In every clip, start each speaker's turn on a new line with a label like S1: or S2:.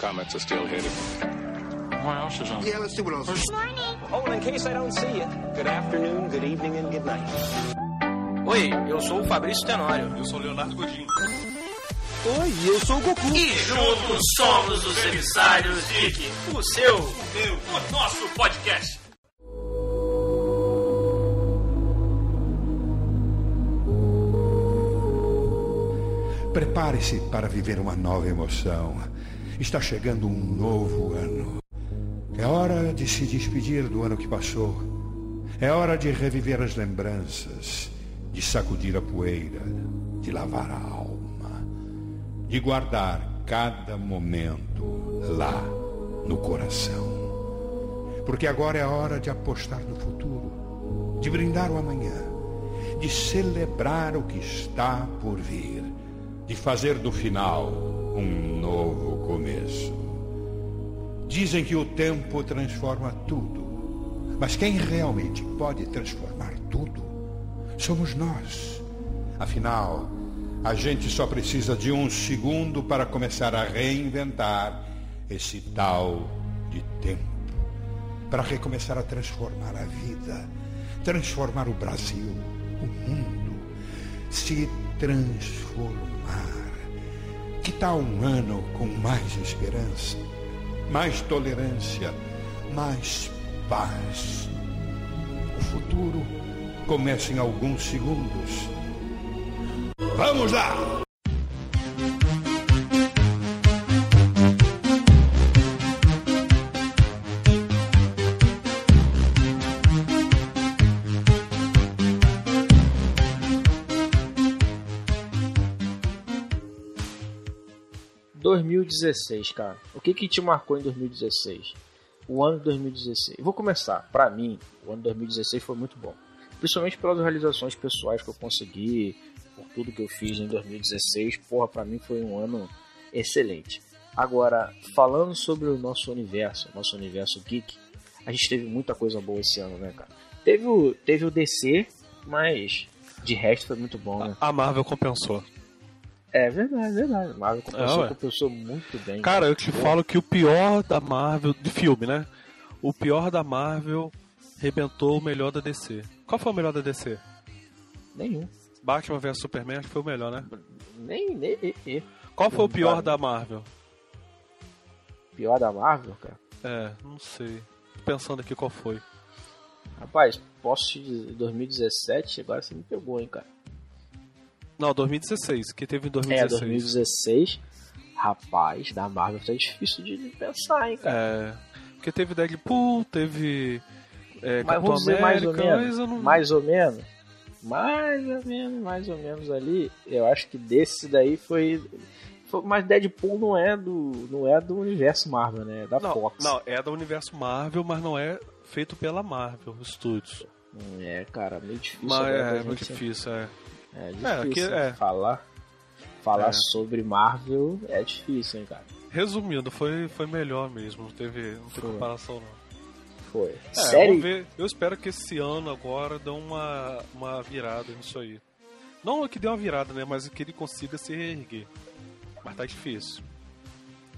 S1: comments are still hidden.
S2: What else is on?
S3: Yeah, let's see what else.
S4: Oh, and in case I don't see you, good afternoon, good evening, and good night.
S5: Oi, eu sou o Fabrício Tenório.
S2: Eu sou o Leonardo Godinho.
S3: Oi, eu sou o Goku.
S5: E juntos somos os emissários Geek, o seu,
S2: Meu, o nosso podcast.
S6: Prepare-se para viver uma nova emoção. Está chegando um novo ano. É hora de se despedir do ano que passou. É hora de reviver as lembranças, de sacudir a poeira, de lavar a alma, de guardar cada momento lá no coração. Porque agora é a hora de apostar no futuro, de brindar o amanhã, de celebrar o que está por vir, de fazer do final um novo começo. Dizem que o tempo transforma tudo, mas quem realmente pode transformar tudo somos nós. Afinal, a gente só precisa de um segundo para começar a reinventar esse tal de tempo para recomeçar a transformar a vida, transformar o Brasil, o mundo, se transformar. Que tal um ano com mais esperança, mais tolerância, mais paz? O futuro começa em alguns segundos. Vamos lá!
S5: Geek. 2016, cara. O que que te marcou em 2016? O ano de 2016. Vou começar. Pra mim, o ano de 2016 foi muito bom. Principalmente pelas realizações pessoais que eu consegui, por tudo que eu fiz em 2016. Porra, pra mim foi um ano excelente. Agora, falando sobre o nosso universo, nosso universo geek, a gente teve muita coisa boa esse ano, né, cara? Teve o, teve o DC, mas de resto foi muito bom, né?
S7: A Marvel compensou.
S5: É verdade, verdade. Marvel compensou,
S7: É, ué.
S5: compensou muito bem.
S7: Cara, eu te
S5: Pô,
S7: falo que o pior da Marvel, de filme, né? O pior da Marvel rebentou o melhor da DC. Qual foi o melhor da DC?
S5: Nenhum.
S7: Batman vs Superman, acho que foi o melhor, né?
S5: Nem, nem, e, e.
S7: Qual foi o pior da Marvel?
S5: Pior da Marvel, cara.
S7: É, não sei. Tô pensando aqui qual foi.
S5: Rapaz, posso te dizer, 2017, agora você me pegou, hein, cara.
S7: Não, 2016, que teve em
S5: É,
S7: 2016.
S5: 2016. Rapaz, da Marvel tá difícil de de pensar, hein, cara.
S7: É, porque teve Deadpool, teve é,
S5: mas
S7: Capitão
S5: vamos dizer mais ou
S7: América,
S5: menos.
S7: mas eu não...
S5: Mais ou menos. Mais ou menos, mais ou menos ali. Eu acho que desse daí foi. foi- Mas Deadpool não é do. não é do universo Marvel, né? É da
S7: não,
S5: Fox.
S7: não, é do universo Marvel, mas não é feito pela Marvel Studios.
S5: Hum, É, cara, meio difícil.
S7: Mas
S5: agora pra
S7: é, é muito
S5: gente-
S7: difícil, é.
S5: É
S7: É,
S5: difícil
S7: que- é.
S5: falar. Falar
S7: É.
S5: sobre Marvel é difícil, hein, cara.
S7: Resumindo, foi, foi melhor mesmo, não teve, não teve
S5: Foi.
S7: comparação não.
S5: Foi.
S7: É,
S5: Série
S7: vamos ver. Eu espero que esse ano agora dê uma, uma virada nisso aí. Não que dê uma virada, né? Mas que ele consiga se reerguer. Mas tá difícil.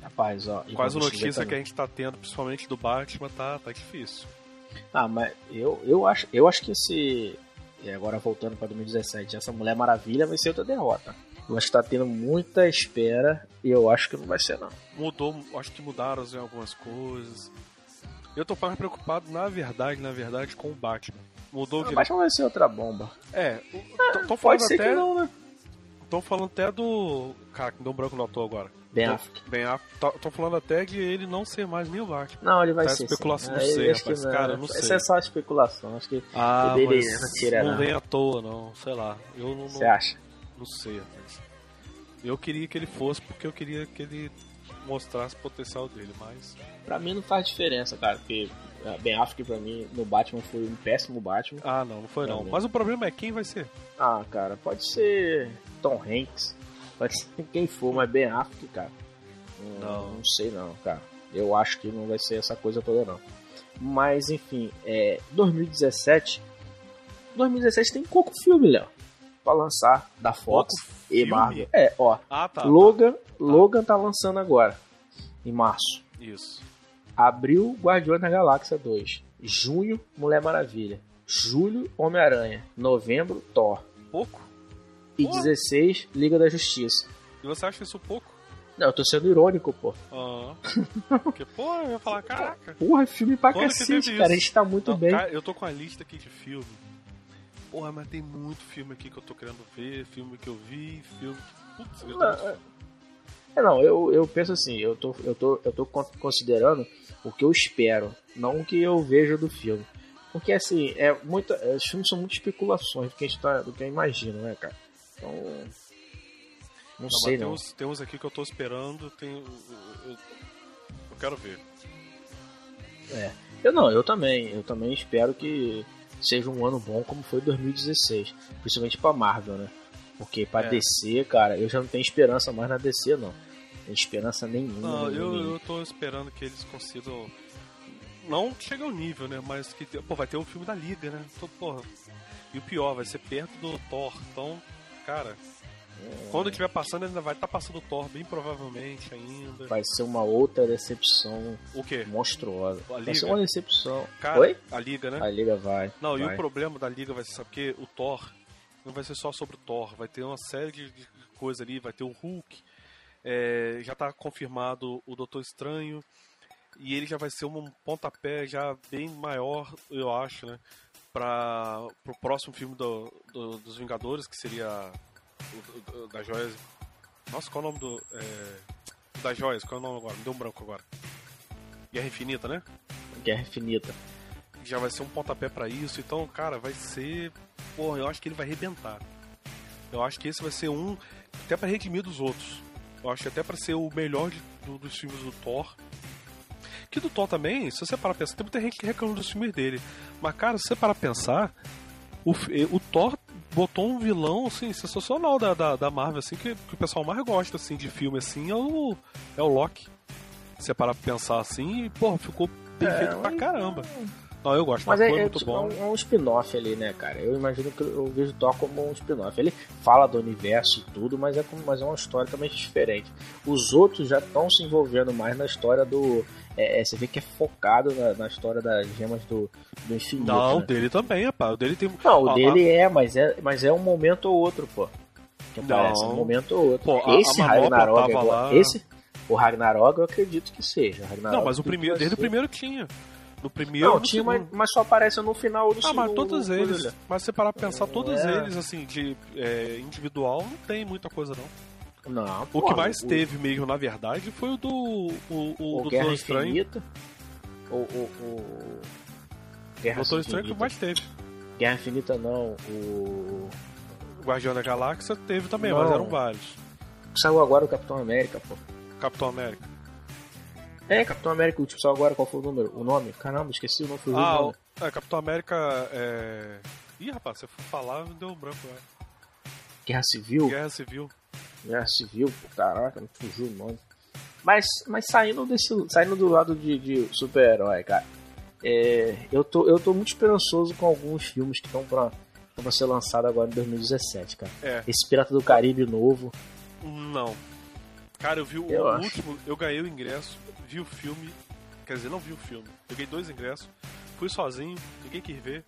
S5: Rapaz, ó. e
S7: Quase
S5: vamos Uhum, ver
S7: notícia que a
S5: também.
S7: gente tá tendo, principalmente do Batman, tá, tá difícil.
S5: Ah, mas eu, eu, acho, eu acho que esse. E agora voltando pra 2017, essa Mulher Maravilha vai ser outra derrota. Eu acho que tá tendo muita espera e eu acho que não vai ser, não.
S7: Mudou, acho que mudaram assim, algumas coisas. Eu tô mais preocupado, na verdade, na verdade, com o Batman. Mudou o
S5: Ah,
S7: vilão.
S5: mas não vai ser outra bomba.
S7: É, o- tô
S5: Pode
S7: falando
S5: ser que
S7: até.
S5: não, né?
S7: Tô falando até do. Cara, que me deu um branco no ator agora.
S5: Ben
S7: Tô-
S5: Affleck.
S7: Ben Affleck. Tô, tô falando até de ele não ser mais nem o Batman.
S5: Não, ele vai
S7: Tá
S5: ser.
S7: especulação,
S5: sim.
S7: não
S5: Ah, eu
S7: sei,
S5: acho que
S7: rapaz, cara, não
S5: Essa
S7: sei.
S5: é só especulação. Acho que
S7: Ah,
S5: Ele não
S7: mas
S5: tira,
S7: não,
S5: não.
S7: vem à toa, não. Sei lá. Eu não,
S5: você
S7: não,
S5: acha.
S7: não sei, rapaz. Eu queria que ele fosse porque eu queria que ele mostrasse o potencial dele, mas.
S5: Pra mim não faz diferença, cara, porque ah, Ben Affleck pra mim no Batman foi um péssimo Batman.
S7: Ah, não, não foi não.
S5: Não, não.
S7: Mas o problema é quem vai ser.
S5: Ah, cara, pode ser Tom Hanks, pode ser quem for, mas Ben Affleck, cara. hum,
S7: Não.
S5: Não sei não, cara. Eu acho que não vai ser essa coisa toda não. Mas enfim, é 2017. 2017 tem pouco filme, Léo. Pra lançar da Fox
S7: Pouco
S5: e
S7: filme?
S5: Marvel. É, ó.
S7: Ah, tá.
S5: Logan, Logan tá lançando agora. em março.
S7: Isso.
S5: Abril, Guardiões da Galáxia 2. Junho, Mulher Maravilha. Julho, Homem-Aranha. Novembro, Thor.
S7: Pouco?
S5: E
S7: Porra.
S5: 16, Liga da Justiça.
S7: E você acha isso pouco?
S5: Não, eu tô sendo irônico, pô.
S7: Ah. Porque, pô, eu ia falar, caraca.
S5: Porra, filme pra
S7: Quando que
S5: cacete,
S7: teve
S5: cara. A
S7: isso?
S5: gente tá muito
S7: Não,
S5: bem.
S7: cara, eu tô com a lista aqui de filme. Porra, mas tem muito filme aqui que eu tô querendo ver, filme que eu vi, filme que. Putz, eu tô muito-
S5: É, não, eu, eu penso assim, eu tô, eu, tô, eu tô con- considerando o que eu espero, não o que eu vejo do filme. Porque assim, é muita, é, os filmes são muitas especulações do que a gente tá, do que eu imagino, né, cara? Então. Não, sei,
S7: Não, mas tá tem,
S5: não.
S7: uns, tem uns aqui que eu tô esperando, tem. Eu, eu- eu quero ver.
S5: Eu não, eu também. Eu também espero que seja um ano bom como foi 2016. Principalmente pra Marvel, né? Porque pra
S7: É.
S5: DC, cara, eu já não tenho esperança mais na DC, não. Não tenho esperança nenhuma.
S7: Não,
S5: nenhuma,
S7: eu,
S5: nenhuma.
S7: eu tô esperando que eles consigam. Não que chegue ao nível, né? Mas que. te- Pô, vai ter o filme da Liga, né? Então, porra. E o pior, vai ser perto do Thor. Então, cara.
S5: É.
S7: Quando tiver passando, ainda vai estar passando o Thor, bem provavelmente ainda.
S5: Vai ser uma outra decepção
S7: O quê?
S5: monstruosa.
S7: A
S5: Vai ser
S7: Liga?
S5: uma decepção.
S7: Cara,
S5: Oi?
S7: a Liga, né?
S5: A Liga vai.
S7: Não, e
S5: vai.
S7: o problema da liga vai ser, sabe o quê? O Thor não vai ser só sobre o Thor, vai ter uma série de, de coisa ali, vai ter o Hulk, é, já tá confirmado o Doutor Estranho, e ele já vai ser um pontapé já bem maior, eu acho, né? Pra, pro próximo filme do, do- dos Vingadores, que seria o, o- o- das joias. Nossa, qual é o nome do. É, das joias, qual é o nome agora? Me deu um branco agora. Guerra Infinita, né?
S5: Guerra Infinita.
S7: já vai ser um pontapé pra isso. Então, cara, vai ser. Porra, eu acho que ele vai arrebentar. Eu acho que esse vai ser um. Até pra redimir dos outros. Eu acho que até pra ser o melhor de- do- dos filmes do Thor. Que do Thor também, se você parar pra pensar, tem muita gente que reclama dos filmes dele. Mas, cara, se você parar pra pensar, o, fi- o Thor botou um vilão, assim, sensacional da, da, da Marvel, assim, que, que o pessoal mais gosta, assim, de filme, assim, é o, é o Loki. Se você parar pra pensar assim, e, porra, ficou perfeito pra caramba. Não, eu gosto,
S5: É, Mas
S7: mas
S5: é,
S7: foi
S5: é
S7: muito
S5: tipo,
S7: bom.
S5: é um, é um spin-off ali, né, cara? Eu imagino que eu vejo o Thor como um spin-off. Ele fala do universo e tudo, mas é, como, mas é uma história totalmente diferente. Os outros já estão se envolvendo mais na história do. é, é, você vê que é focado na, na história das gemas do, do infinito.
S7: Não, o
S5: né?
S7: dele também, rapaz. O dele tem.
S5: Não, o
S7: a-
S5: dele é mas, é, mas é um momento ou outro, pô. Que
S7: Não.
S5: aparece, um momento ou outro.
S7: Pô, a- a
S5: esse
S7: manopla
S5: Ragnarok
S7: tava
S5: agora-
S7: lá.
S5: Esse? O Ragnarok eu acredito que seja. o
S7: a-
S5: Ragnarok
S7: Não, mas o
S5: acredito
S7: primeiro.
S5: que vai
S7: Desde o
S5: ser.
S7: primeiro tinha. No primeiro.
S5: Não,
S7: no
S5: tinha, mas,
S7: segundo.
S5: mas só aparece no final do
S7: Ah, mas
S5: segundo-
S7: todos
S5: no-
S7: eles. Mas se você parar pra pensar, todos
S5: É.
S7: eles, assim, de é, individual, não tem muita coisa, não.
S5: Não.
S7: O
S5: pô,
S7: que mais teve mesmo, na verdade, foi o do. O,
S5: O,
S7: o,
S5: o
S7: do
S5: Guerra
S7: Doutor Estranho.
S5: Infinita. O. o, o... Guerra
S7: Doutor Estranho é que
S5: Infinita.
S7: mais teve.
S5: Guerra Infinita não. O.
S7: O Guardião da Galáxia teve também,
S5: Não.
S7: mas eram vários.
S5: Saiu agora o Capitão América, pô.
S7: Capitão América.
S5: É, Capitão América, o último saiu agora, qual foi o número? O nome? Caramba, esqueci o nome. Foi o
S7: Ah,
S5: nome.
S7: o, é, Capitão América é. Ih, rapaz, você foi falar, deu um branco, né?
S5: Guerra Civil.
S7: Guerra Civil.
S5: Guerra Né? Civil, pô, caraca, me fugiu o nome. Mas, mas saindo, desse, saindo do lado de, de super-herói, cara, é, eu, tô, eu tô muito esperançoso com alguns filmes que estão pra, tão pra ser lançados agora em 2017, cara.
S7: É.
S5: Esse Pirata do Caribe novo,
S7: Não. Cara, eu vi o
S5: Eu acho.
S7: último, eu ganhei o ingresso, vi o filme, quer dizer, não vi o filme. Eu ganhei dois ingressos, fui sozinho, ninguém quis ver,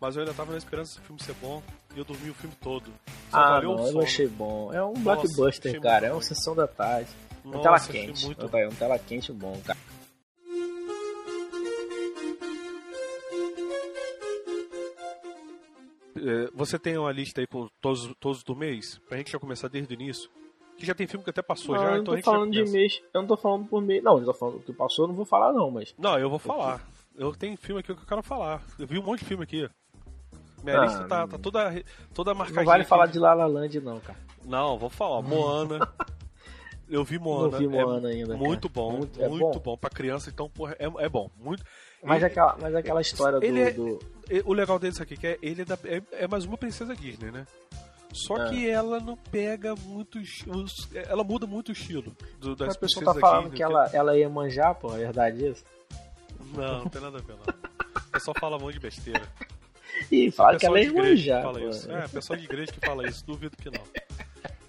S7: mas eu ainda tava na esperança desse filme ser bom e eu dormi o filme todo. Só
S5: ah,
S7: valeu o
S5: não, eu
S7: sono.
S5: achei bom. É um
S7: Nossa,
S5: blockbuster,
S7: achei
S5: cara.
S7: muito
S5: É uma
S7: bom.
S5: sessão da tarde. É um
S7: Nossa,
S5: tela
S7: achei
S5: quente.
S7: muito
S5: É um tela quente bom, cara.
S7: É, Você tem uma lista aí com todos, todos do mês, pra gente já começar desde o início? Que já tem filme que até passou
S5: Não,
S7: já,
S5: eu não
S7: então a
S5: tô
S7: gente já
S5: falando de
S7: começa.
S5: mês. Eu não tô falando por mês. Não, eu tô falando o que passou, eu não vou falar, não, mas.
S7: Não, eu vou falar. Eu tenho filme aqui que eu quero falar. Eu vi um monte de filme aqui. Minha
S5: Ah,
S7: lista tá, tá toda, re- toda marcadinha.
S5: Não vale
S7: aqui.
S5: falar de La La Land, não, cara.
S7: Não, vou falar. Moana. Eu vi Moana.
S5: Não vi
S7: é
S5: Moana ainda,
S7: Muito
S5: cara.
S7: bom.
S5: Muito-
S7: Muito,
S5: é bom?
S7: bom. Pra criança, então, porra, é, é bom. Muito.
S5: Mas, é
S7: E-
S5: aquela, mas aquela história do-
S7: ele é-
S5: do,
S7: e- O legal desse aqui que é ele é, da- é- é mais uma princesa Disney, né? Só
S5: É.
S7: que ela não pega muitos. Os, ela muda muito o estilo do, das
S5: Mas a pessoa
S7: princesas
S5: tá falando
S7: Disney,
S5: que ela, ela ia manjar, pô, é verdade isso?
S7: Não, não tem nada a ver, não. O pessoal fala um monte de besteira.
S5: Ih, falaram que
S7: Pessoal
S5: ela
S7: de
S5: ia
S7: igreja que
S5: manjar.
S7: fala né?
S5: pô.
S7: isso. É, pessoal de igreja que fala isso, duvido que não.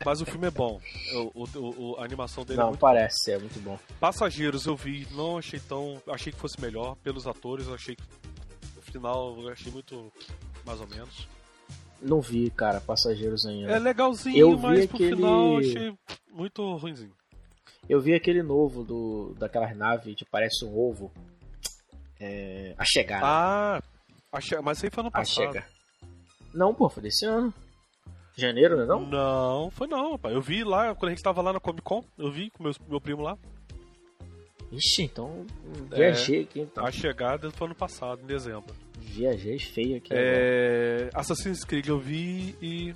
S7: Mas o filme é bom. O, o- o- a animação dele é
S5: Não,
S7: muito.
S5: parece ser, é muito bom.
S7: Passageiros eu vi, não achei tão. Achei que fosse melhor. Pelos atores, eu achei que. No final, eu achei muito. Mais ou menos.
S5: Não vi, cara, né? Passageiros ainda.
S7: É legalzinho,
S5: Eu vi
S7: mas pro
S5: aquele-
S7: final eu achei muito ruimzinho.
S5: Eu vi aquele novo do daquelas naves que parece um ovo. É, a chegada.
S7: Ah, tá. achei... mas isso aí foi ano
S5: a
S7: passado.
S5: Ah, chega. Não, pô, foi desse ano. Janeiro, né não?
S7: Não, foi não, rapaz. Eu vi lá, quando a gente tava lá na Comic Con, eu vi com meu, meu primo lá.
S5: Ixi, então
S7: É.
S5: viajei aqui então.
S7: A chegada foi ano passado, em dezembro.
S5: Viajei feio aqui. agora.
S7: É, Assassin's Creed eu vi e.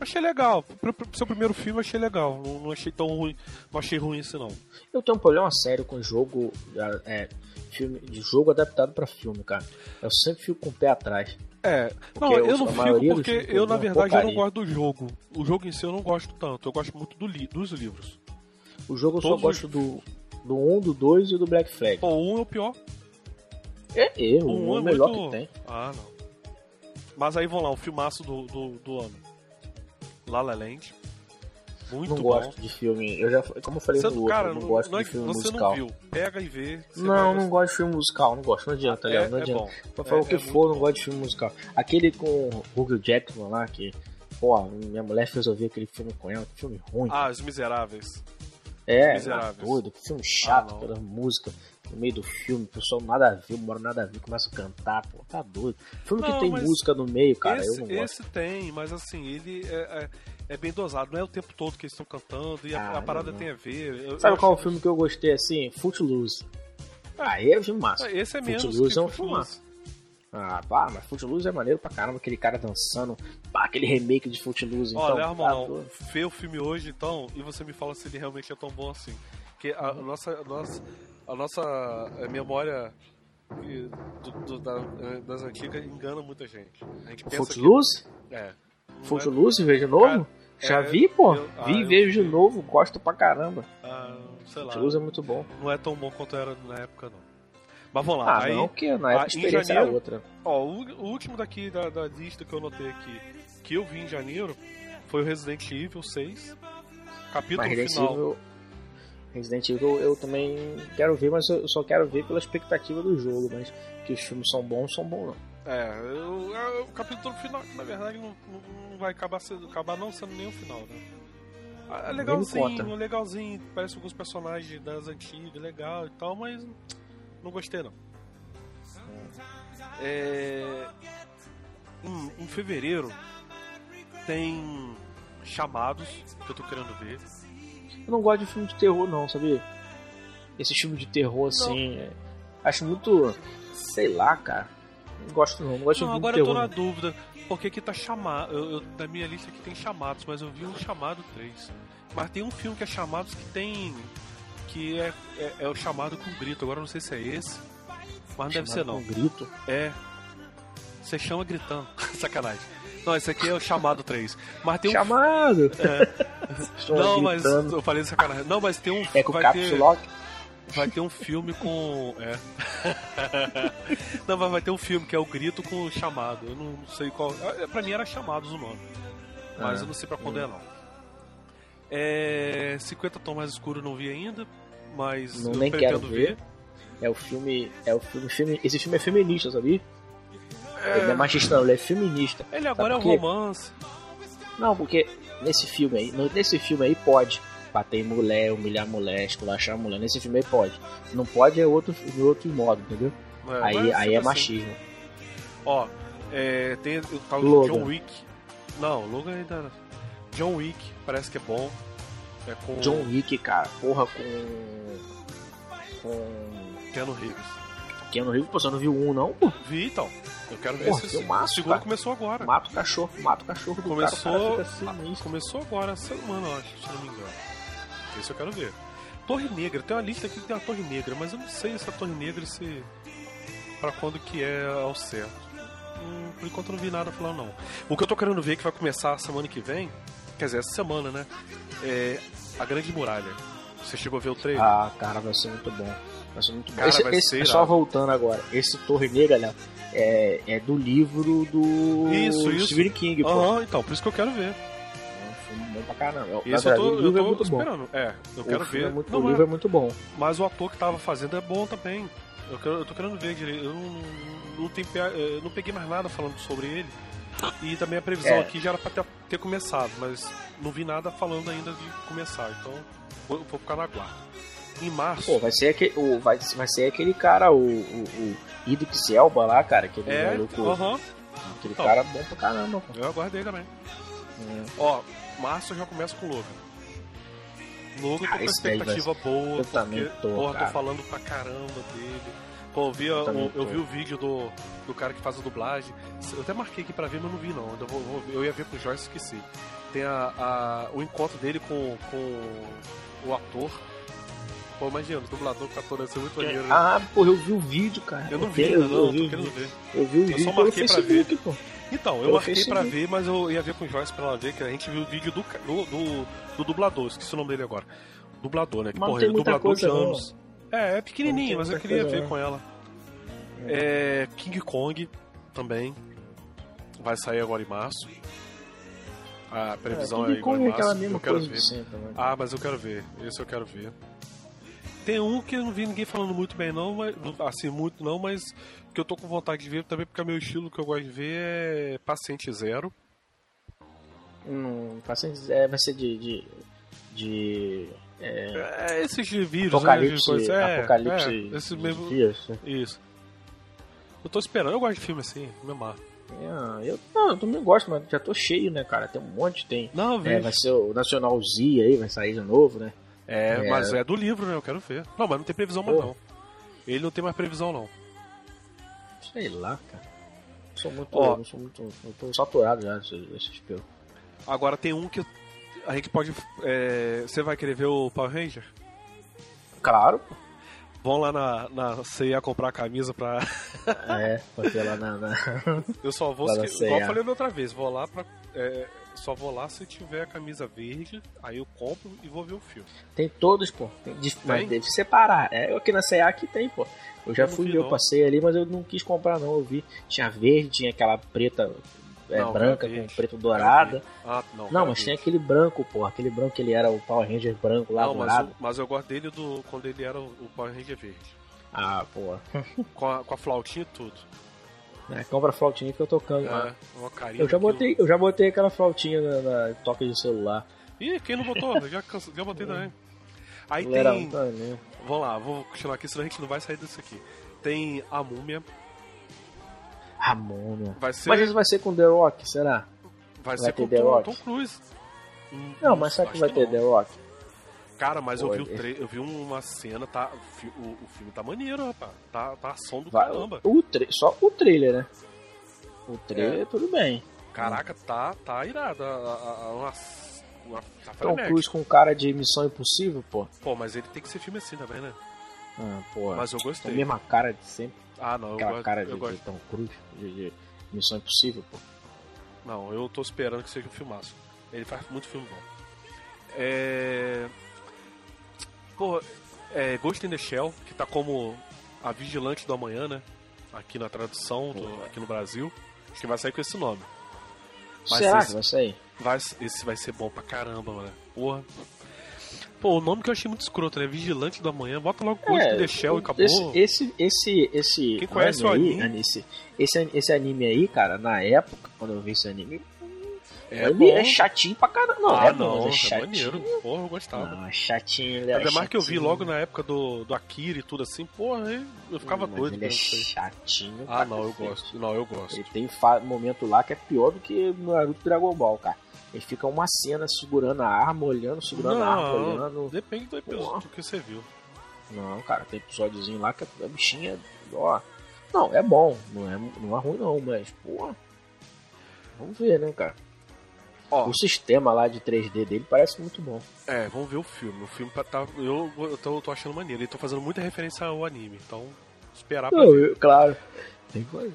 S7: Achei legal. Pro, pro seu primeiro filme eu achei legal. Não, não achei tão ruim. Não achei ruim isso não.
S5: Eu tenho um problema sério com jogo, é, filme, de jogo adaptado pra filme, cara. Eu sempre fico com o pé atrás.
S7: É. Não,
S5: Porque
S7: eu
S5: os-
S7: não
S5: a maioria
S7: fico
S5: dos
S7: porque
S5: filmes
S7: eu,
S5: é
S7: na
S5: uma
S7: verdade, eu
S5: porcaria.
S7: não gosto do jogo. O jogo em si eu não gosto tanto. Eu gosto muito do li- dos livros.
S5: O jogo eu só
S7: Todos
S5: gosto do, do 1, do 2 e do Black Flag.
S7: Pô, um é o pior.
S5: É, eu,
S7: Um
S5: o
S7: é
S5: melhor
S7: muito-
S5: que tem.
S7: Ah, não. Mas aí vão lá, o filmaço do, do, do ano. La La Land. Muito
S5: Não
S7: bom.
S5: gosto de filme. Eu já, como eu falei
S7: Você-
S5: no outro,
S7: cara,
S5: eu não gosto
S7: é-
S5: de filme
S7: você
S5: musical.
S7: não viu. Pega e vê. você
S5: Não,
S7: vai
S5: não
S7: gostar.
S5: gosto de filme musical, não gosto, não adianta,
S7: É,
S5: Léo, não
S7: é
S5: adianta.
S7: bom.
S5: Pra falar
S7: É-
S5: o que
S7: é muito
S5: for, não
S7: bom.
S5: gosto de filme musical. Aquele com o Hugh Jackman lá, que, pô, minha mulher fez eu ver aquele filme com ela, que filme ruim.
S7: Ah, Os Miseráveis.
S5: É,
S7: Miseráveis. Ah,
S5: tá doido, que filme chato,
S7: não.
S5: aquela música no meio do filme, o pessoal nada a ver, mora nada a ver, começa a cantar, pô, tá doido. Filme
S7: Não,
S5: que tem
S7: mas
S5: música no meio, cara,
S7: esse,
S5: eu não gosto.
S7: esse tem, mas assim, ele é, é- é bem dosado. Não é o tempo todo que eles estão cantando e a,
S5: Ah,
S7: a parada
S5: não.
S7: tem a ver. Eu-
S5: Sabe
S7: eu
S5: qual é o
S7: acho-
S5: filme que eu gostei assim? Footloose. Aí é o filme massa.
S7: Ah, Esse é menos
S5: Footloose
S7: que
S5: é um
S7: Footloose.
S5: Ah, pá, mas Footloose é maneiro pra caramba, aquele cara dançando, pá, aquele remake de Footloose, então.
S7: Olha,
S5: tá
S7: irmão,
S5: doido.
S7: vê o filme hoje então e você me fala se ele realmente é tão bom assim. Porque a nossa, a nossa, a nossa eh, memória eh, do- do- da- eh, das antigas engana muita gente. A gente pensa
S5: Footloose?
S7: que. É. Não é-
S5: Footloose, vejo de novo?
S7: é,
S5: Já vi, pô.
S7: eu- ah,
S5: vi,
S7: eu
S5: vejo de
S7: vi.
S5: novo, gosto pra caramba.
S7: ah, sei lá.
S5: Footloose é muito bom.
S7: Não é tão bom quanto era na época, não. Mas vamos lá.
S5: Ah,
S7: aí,
S5: não, porque na época a
S7: aí em
S5: experiência era
S7: janeiro-
S5: outra.
S7: Ó, o, o último daqui da, da lista que eu anotei aqui, que eu vi em janeiro, foi o Resident Evil 6. Capítulo
S5: Mas Resident
S7: final.
S5: Evil, Resident Evil eu também quero ver, mas eu só quero ver pela expectativa do jogo, mas que os filmes são bons, são bons não.
S7: É, eu- é, o capítulo final, que na verdade não, não- não vai acabar, sendo, acabar não sendo nem o final, né? Ah, É
S5: conta.
S7: legalzinho, legalzinho, parece alguns personagens das antigas, legal e tal, mas não gostei não. É, em, em fevereiro tem chamados que eu tô querendo ver.
S5: Eu não gosto de filme de terror não, sabia? Esse filme de terror assim, é- acho muito, sei lá, cara. Não gosto não, não gosto
S7: Não,
S5: de filme
S7: agora
S5: de
S7: eu tô
S5: terror.
S7: na
S5: não.
S7: dúvida, porque aqui tá chamado. Eu, eu- da minha lista aqui tem chamados, mas eu vi um chamado 3. Mas tem um filme que é chamados que tem. que é, é, é o chamado com grito. Agora eu não sei se é esse, mas não deve ser
S5: Chamado
S7: não.
S5: com grito.
S7: É. Você chama gritando. Sacanagem. Não, esse aqui é o chamado 3. Mas tem um. É.
S5: Chamado! Estou
S7: Não, mas
S5: gritando.
S7: eu falei sacanagem. Não, mas tem um.
S5: É com o
S7: vai
S5: Caps
S7: ter-
S5: Lock?
S7: Vai ter um filme com. É. não, mas vai ter um filme que é o grito com o chamado. Eu não sei qual. ah, Pra mim era chamados o nome. Mas
S5: Ah,
S7: eu não sei pra quando é não. É. 50 Tom mais escuro eu não vi ainda, mas
S5: Não,
S7: eu
S5: nem
S7: pretendo
S5: quero ver. É o filme. É o filme, filme- Esse filme é feminista, sabia? Ele não é machista, não, ele é feminista.
S7: Ele agora é um
S5: por quê?
S7: romance.
S5: Não, porque nesse filme aí, no- nesse filme aí pode bater em mulher, humilhar mulher, esculachar mulher. Nesse filme aí pode. Não pode é outro, de outro modo, entendeu?
S7: né?
S5: aí
S7: Mas,
S5: aí
S7: tipo
S5: é
S7: assim,
S5: machismo.
S7: Ó, é, tem o tal de
S5: Logan.
S7: John Wick. Não, Logan ainda. não. John Wick parece que é bom. É com
S5: John Wick, cara, porra com. Com.
S7: Keanu Reeves.
S5: Keanu Reeves, pô, você não viu um, não, pô?
S7: Vi, então. Eu quero ver
S5: Porra,
S7: se
S5: filmaço,
S7: o segundo
S5: cara.
S7: começou agora.
S5: Mata o cachorro, mata o cachorro do
S7: Começou,
S5: cara. o cara fica assim, isso.
S7: começou agora essa semana, eu acho, se eu não me engano. Esse eu quero ver. Torre Negra, tem uma lista aqui que tem a Torre Negra, mas eu não sei se a Torre Negra se. pra quando que é ao certo. Hum, por enquanto eu não vi nada falando não. O que eu tô querendo ver é que vai começar semana que vem, quer dizer, essa semana, né? É a Grande Muralha. Você chegou a ver o trailer?
S5: Ah, cara, vai ser muito bom. Vai ser muito bom.
S7: Cara,
S5: esse,
S7: vai
S5: esse-
S7: ser
S5: só
S7: irado.
S5: voltando agora, esse Torre Negra, Léo, é, é do livro do
S7: Isso, isso.
S5: Stephen King, pô.
S7: Aham, então, por isso que eu quero ver.
S5: É um filme bom pra caramba.
S7: Esse
S5: Na
S7: eu
S5: verdade,
S7: tô,
S5: o livro
S7: eu
S5: é
S7: tô
S5: muito bom.
S7: esperando. É, eu quero
S5: o filme
S7: ver.
S5: É muito,
S7: Não,
S5: o
S7: é,
S5: livro é muito bom.
S7: Mas o ator que tava fazendo é bom também. Eu, quero- eu tô querendo ver direito. Eu não, não, tem pe- eh, não peguei mais nada falando sobre ele. E também a previsão
S5: É.
S7: aqui já era pra ter, ter começado, mas não vi nada falando ainda de começar. Então vou, vou ficar na guarda. Em março.
S5: Pô, vai ser aquele, o, vai, vai ser aquele cara, o, o, o Idris Elba lá, cara, aquele
S7: é,
S5: maluco.
S7: aham.
S5: Aquele
S7: Então.
S5: cara é bom pra caramba, pô.
S7: Eu aguardei também.
S5: Hum.
S7: Ó, março eu já começo com o Logan. Logan
S5: Ah,
S7: tô com
S5: esse daí vai
S7: expectativa boa,
S5: Eu também
S7: porque,
S5: tô,
S7: porra,
S5: cara.
S7: tô falando pra caramba dele. Pô, eu vi, a-
S5: Eu também
S7: o-
S5: tô.
S7: eu vi o vídeo do, do cara que faz a dublagem. Eu até marquei aqui pra ver, mas não vi não. Ainda vou, vou ver. eu ia ver com o Joyce e esqueci. Tem a, a- o encontro dele com, com o ator. Pô, imagina, o dublador com o ator deve ser muito maneiro. né?
S5: Ah, pô, eu vi o vídeo, cara.
S7: eu não vi,
S5: vi,
S7: ainda,
S5: Ah, eu
S7: não,
S5: vi
S7: tô
S5: o
S7: querendo
S5: vídeo.
S7: ver.
S5: Eu vi o
S7: só
S5: vídeo pelo
S7: marquei pra ver.
S5: Facebook, pô.
S7: Então, eu,
S5: Eu
S7: marquei
S5: fiz
S7: pra
S5: sim.
S7: ver, mas eu ia ver com o Joyce pra ela ver, que a gente viu o vídeo do, ca- do, do, do dublador, esqueci o nome dele agora. Dublador, né? Que
S5: Mas não
S7: porra,
S5: tem
S7: ele é
S5: muita
S7: dublador
S5: coisa,
S7: de
S5: não.
S7: anos. É, é pequenininho,
S5: Não
S7: mas
S5: tem
S7: eu
S5: muita
S7: queria
S5: coisa,
S7: ver
S5: não.
S7: com ela. É, King Kong também. Vai sair agora em março. A previsão é,
S5: King
S7: igual
S5: Kong
S7: em
S5: é aquela
S7: março.
S5: mesma
S7: eu quero
S5: coisa
S7: ver.
S5: de sempre, né?
S7: Ah, mas eu quero ver. Esse eu quero ver. Tem um que eu não vi ninguém falando muito bem, não, mas, assim, muito não, mas que eu tô com vontade de ver também porque é meu estilo que eu gosto de ver é Paciente Zero.
S5: Hum, paciente, é, vai ser de. de, de é,
S7: É, esses de vírus, né, de
S5: apocalipse.
S7: coisa- é,
S5: apocalipse.
S7: É, esse
S5: de
S7: mesmo.
S5: dias. né?
S7: Isso. Eu tô esperando, eu gosto de filme assim, me amar.
S5: É, eu, não, eu também gosto, mas já tô cheio, né, cara? Tem um monte, tem.
S7: Não, eu
S5: É,
S7: vejo.
S5: vai ser o Nacional Z aí, vai sair de novo, né?
S7: É,
S5: É.
S7: mas é do livro, né? Eu quero ver. Não, mas não tem previsão mais
S5: Porra.
S7: não. Ele não tem mais previsão, não.
S5: Sei lá, cara. Eu Sou muito,
S7: Ó.
S5: eu sou muito, eu tô saturado já desse, desse espelho.
S7: Agora tem um que a gente pode. é, você vai querer ver o Power Ranger?
S5: Claro, pô.
S7: Vão lá na, na C&A comprar a camisa pra.
S5: é, porque lá na, na-
S7: Eu só vou.
S5: Lá na
S7: Se... Igual eu
S5: C&A.
S7: falei da outra vez, vou lá pra. é, Só vou lá se tiver a camisa verde, aí eu compro e vou ver o filme.
S5: Tem todos, pô. Tem, de-
S7: Tem?
S5: mas deve separar. É, eu aqui na CA aqui tem, pô. Eu já
S7: Eu não
S5: fui,
S7: vi,
S5: eu
S7: não.
S5: passei ali, mas eu não quis comprar, não. Eu vi. Tinha verde, tinha aquela preta é,
S7: Não,
S5: branca com
S7: verde.
S5: preto dourada.
S7: Ah, não.
S5: Não,
S7: quero
S5: mas
S7: ver.
S5: tem aquele branco, pô. Aquele branco que ele era o Power Ranger branco lá
S7: Não,
S5: do
S7: mas,
S5: lado.
S7: eu, mas eu gosto dele do, quando ele era o o Power Ranger verde.
S5: Ah, pô.
S7: Com a, com a flautinha e tudo.
S5: É, compra a flautinha que eu tô tocando. lá.
S7: É, uma carinha.
S5: Eu já,
S7: aquilo.
S5: botei, eu já botei aquela flautinha na, na toca de celular.
S7: Ih, quem não botou? Eu já, canse- já botei também. Aí
S5: Não era- um.
S7: tem.
S5: não era mesmo.
S7: Vamos lá, vou continuar aqui, senão a gente não vai sair disso aqui. Tem a múmia.
S5: Ramon, meu.
S7: Vai ser,
S5: Mas isso vai ser com The Rock, será?
S7: vai
S5: vai
S7: ser
S5: ter
S7: com
S5: The
S7: Tom,
S5: Rock?
S7: Tom Cruise. Hum,
S5: Não, mas será
S7: acho
S5: que vai ter
S7: não.
S5: The Rock?
S7: Cara, mas eu vi, o
S5: Olha.
S7: tre- eu vi uma cena, tá, o fi- o, o filme tá maneiro, rapaz. Tá, tá ação do
S5: Vai,
S7: caramba.
S5: o tra- só o trailer, né? O trailer, tudo bem.
S7: Caraca, tá, tá irado. A, a, a, uma, uma, tá
S5: Tom
S7: frenético.
S5: Cruise com cara de Missão Impossível, pô.
S7: Pô, mas ele tem que ser filme assim também, né?
S5: Ah, pô.
S7: Mas eu
S5: com a
S7: gostei.
S5: mesma cara de sempre.
S7: Ah, não, eu
S5: Aquela
S7: gosto.
S5: cara de,
S7: eu
S5: de
S7: gosto.
S5: Tom Cruise, de, de Missão Impossível, pô.
S7: Não, eu tô esperando que seja um filmaço. Ele faz muito filme bom. É. Pô, é Ghost in the Shell, que tá como a Vigilante do Amanhã, né? Aqui na tradução, do- aqui no Brasil. Acho que vai sair com esse nome. Mas
S5: será
S7: esse-
S5: que vai sair?
S7: Vai, esse vai ser bom pra caramba, mano. Porra. Pô, o nome que eu achei muito escroto, né? Vigilante do Amanhã. Bota logo Ghost in the Shell e acabou.
S5: É, Esse, esse, esse,
S7: Quem conhece
S5: anime
S7: o anime?
S5: aí, esse, esse, esse anime aí, cara, na época, quando eu vi esse anime,
S7: É
S5: ele
S7: bom.
S5: é chatinho pra caramba. Não,
S7: ah,
S5: é bom,
S7: não,
S5: mas é
S7: é
S5: chatinho.
S7: maneiro. Porra, eu gostava.
S5: não, é chatinho, ele é
S7: Ainda mais que eu vi
S5: chatinho.
S7: logo na época do, do Akira e tudo assim, porra, aí eu ficava
S5: Hum, mas
S7: doido
S5: Ele é
S7: vendo isso aí.
S5: chatinho.
S7: Ah,
S5: pra
S7: não, eu
S5: cacete.
S7: gosto. Não, eu gosto.
S5: Ele tem fa- momento lá que é pior do que no Naruto Dragon Ball, cara. Ele fica uma cena segurando a arma, olhando, segurando a arma,
S7: Não.
S5: olhando.
S7: Depende do episódio do que você viu.
S5: Não, cara, tem episódiozinho lá que a bichinha, ó. Não, é bom, não é, não é ruim não, mas, pô. Vamos ver, né, cara?
S7: Ó.
S5: O sistema lá de 3D dele parece muito bom.
S7: É, vamos ver o filme. O filme tá- tá. Eu, eu tô, eu tô achando maneiro. Ele tá fazendo muita referência ao anime, então esperar pra
S5: Não, eu- claro. Tem coisa.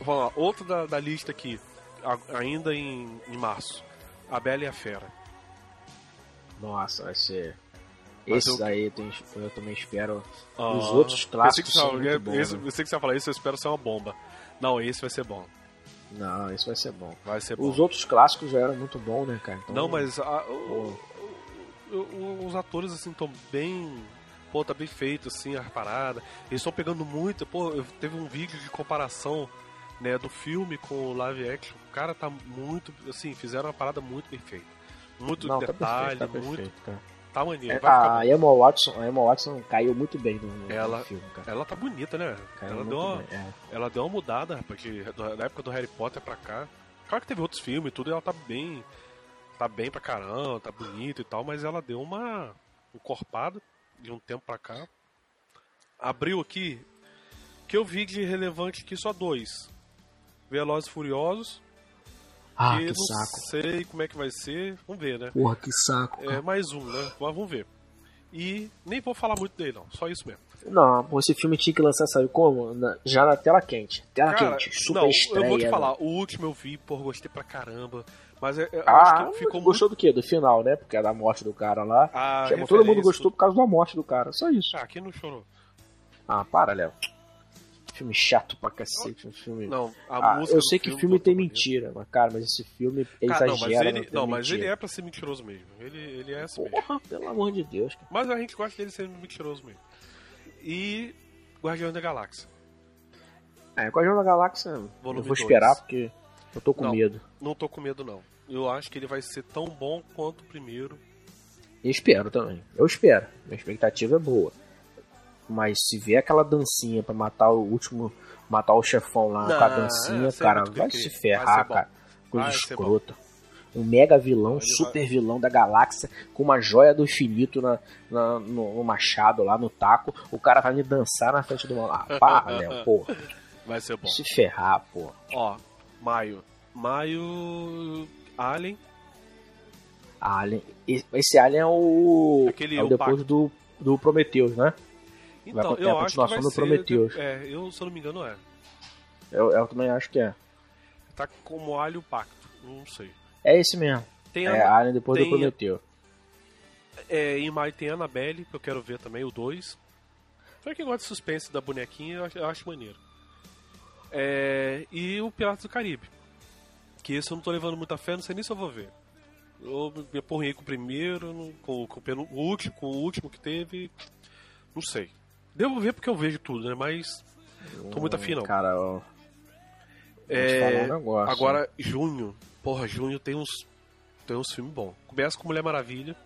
S7: Vamos lá, outro da, da lista aqui, a- ainda em, em março. A Bela e a Fera.
S5: Nossa, vai ser.
S7: Mas
S5: Esses
S7: eu-
S5: aí eu, tenho- eu também espero.
S7: Ah,
S5: Os outros
S7: pensei que
S5: clássicos
S7: você-
S5: são muito
S7: eu-
S5: bons,
S7: esse-
S5: né?
S7: Eu sei que você vai falar isso, eu espero ser uma bomba. Não, esse vai ser bom.
S5: Não, isso vai ser bom.
S7: Vai ser Tá bom.
S5: Os outros clássicos já eram muito bons, né, cara? Então,
S7: Não, mas a- o-
S5: Pô.
S7: o- o- os atores, assim, estão bem. Pô, tá bem feito, assim, a parada. Eles estão pegando muito. Pô, eu- teve um vídeo de comparação, né, do filme com o live action. O cara tá muito. Assim, fizeram uma parada muito bem feita. Muito
S5: Não, tá
S7: detalhe,
S5: perfeito, tá
S7: muito.
S5: perfeito, cara.
S7: Tá maneiro.
S5: É,
S7: vai ficar
S5: a Emma Watson, a Emma Watson caiu muito bem no, no
S7: Ela-
S5: filme, cara.
S7: Ela tá bonita, né?
S5: Caiu
S7: ela,
S5: muito
S7: deu uma,
S5: bem, é.
S7: ela deu uma mudada, rapaz, que do- da época do Harry Potter pra cá. Claro que teve outros filmes e tudo, e ela tá bem. Tá bem pra caramba, tá bonita e tal, mas ela deu uma encorpada de um tempo pra cá. Abriu aqui que eu vi de relevante aqui só dois: Velozes e Furiosos.
S5: Ah,
S7: que
S5: que
S7: não
S5: saco.
S7: sei como é que vai ser. Vamos ver, né?
S5: Porra, que saco,
S7: É
S5: cara.
S7: mais um, né? Mas vamos ver. E nem vou falar muito dele, não. Só isso mesmo.
S5: Não, pô, esse filme tinha que lançar, sabe como? Na- já na tela quente. Tela
S7: Cara,
S5: quente, super
S7: não,
S5: estreia.
S7: eu vou te
S5: né?
S7: falar, o último eu vi, pô, gostei pra caramba. Mas eu, eu
S5: Ah,
S7: acho que ficou muito.
S5: gostou do quê? Do final, né? Porque é da morte do cara lá.
S7: Ah,
S5: Chama- todo mundo
S7: referência,
S5: gostou por causa da morte do cara, só isso.
S7: tudo. Ah, quem não chorou?
S5: Ah, para, Léo. Filme chato pra cacete, um filme...
S7: Não, a
S5: Ah,
S7: música.
S5: eu
S7: do
S5: sei que filme
S7: do
S5: tem
S7: Tom Hanks.
S5: mentira, mas cara, mas esse filme é
S7: Cara, Ah, não, mas,
S5: exagera.
S7: ele,
S5: tem
S7: não, mas ele
S5: mentira.
S7: é pra ser mentiroso mesmo. Ele, ele é assim mesmo.
S5: Porra, pelo amor de Deus, cara.
S7: Mas a gente gosta dele sendo mentiroso mesmo. E. Guardiões da Galáxia.
S5: É, Guardião da Galáxia, eu
S7: Volume
S5: vou
S7: dois.
S5: esperar porque eu tô com
S7: Não.
S5: medo.
S7: Não tô com medo, não. Eu acho que ele vai ser tão bom quanto o primeiro.
S5: Eu espero também. Eu espero. Minha expectativa é boa. Mas se vier aquela dancinha pra matar o último. Matar o chefão lá
S7: Não,
S5: com a dancinha,
S7: isso é
S5: cara,
S7: muito
S5: vai
S7: cri-cri.
S5: se
S7: Vai ser
S5: ferrar,
S7: bom.
S5: cara. Coisa
S7: Vai ser bom.
S5: escrota. Um mega vilão,
S7: Ele
S5: super vilão da galáxia, com uma joia do infinito na, na- no, no machado lá, no taco. O cara vai me dançar na frente do mal. Ah, para, Léo, pô.
S7: Vai ser bom.
S5: Se ferrar, pô.
S7: Ó, maio. Maio. Alien.
S5: Alien. e- Esse Alien é o.
S7: Aquele
S5: é o
S7: o
S5: depois
S7: pacto.
S5: do, do Prometheus, né?
S7: Então,
S5: Vai- é a
S7: eu acho que
S5: continuação
S7: vai
S5: do
S7: ser.
S5: Prometheus.
S7: É, eu, se eu não me engano, é.
S5: Eu, eu também acho que é.
S7: Tá como alho pacto, não sei.
S5: É esse mesmo.
S7: Tem
S5: É
S7: a,
S5: Alien depois
S7: tem-
S5: do Prometeu.
S7: é, em maio tem Annabelle, que eu quero ver também, o 2. Pra quem gosta de suspense da bonequinha, eu acho, eu acho maneiro. É, e o Piratas do Caribe. Que esse eu não tô levando muita fé, não sei nem se eu vou ver. Eu me aporrei com o primeiro, não- com, com o penu- o último, com o último que teve. Não sei. Devo ver porque eu vejo tudo, né? Mas. Tô muito afim, não.
S5: Cara, eu...
S7: É,
S5: vou te falar um negócio.
S7: Agora, junho. Porra, junho tem uns. Tem uns filmes bons. Começa com Mulher Maravilha.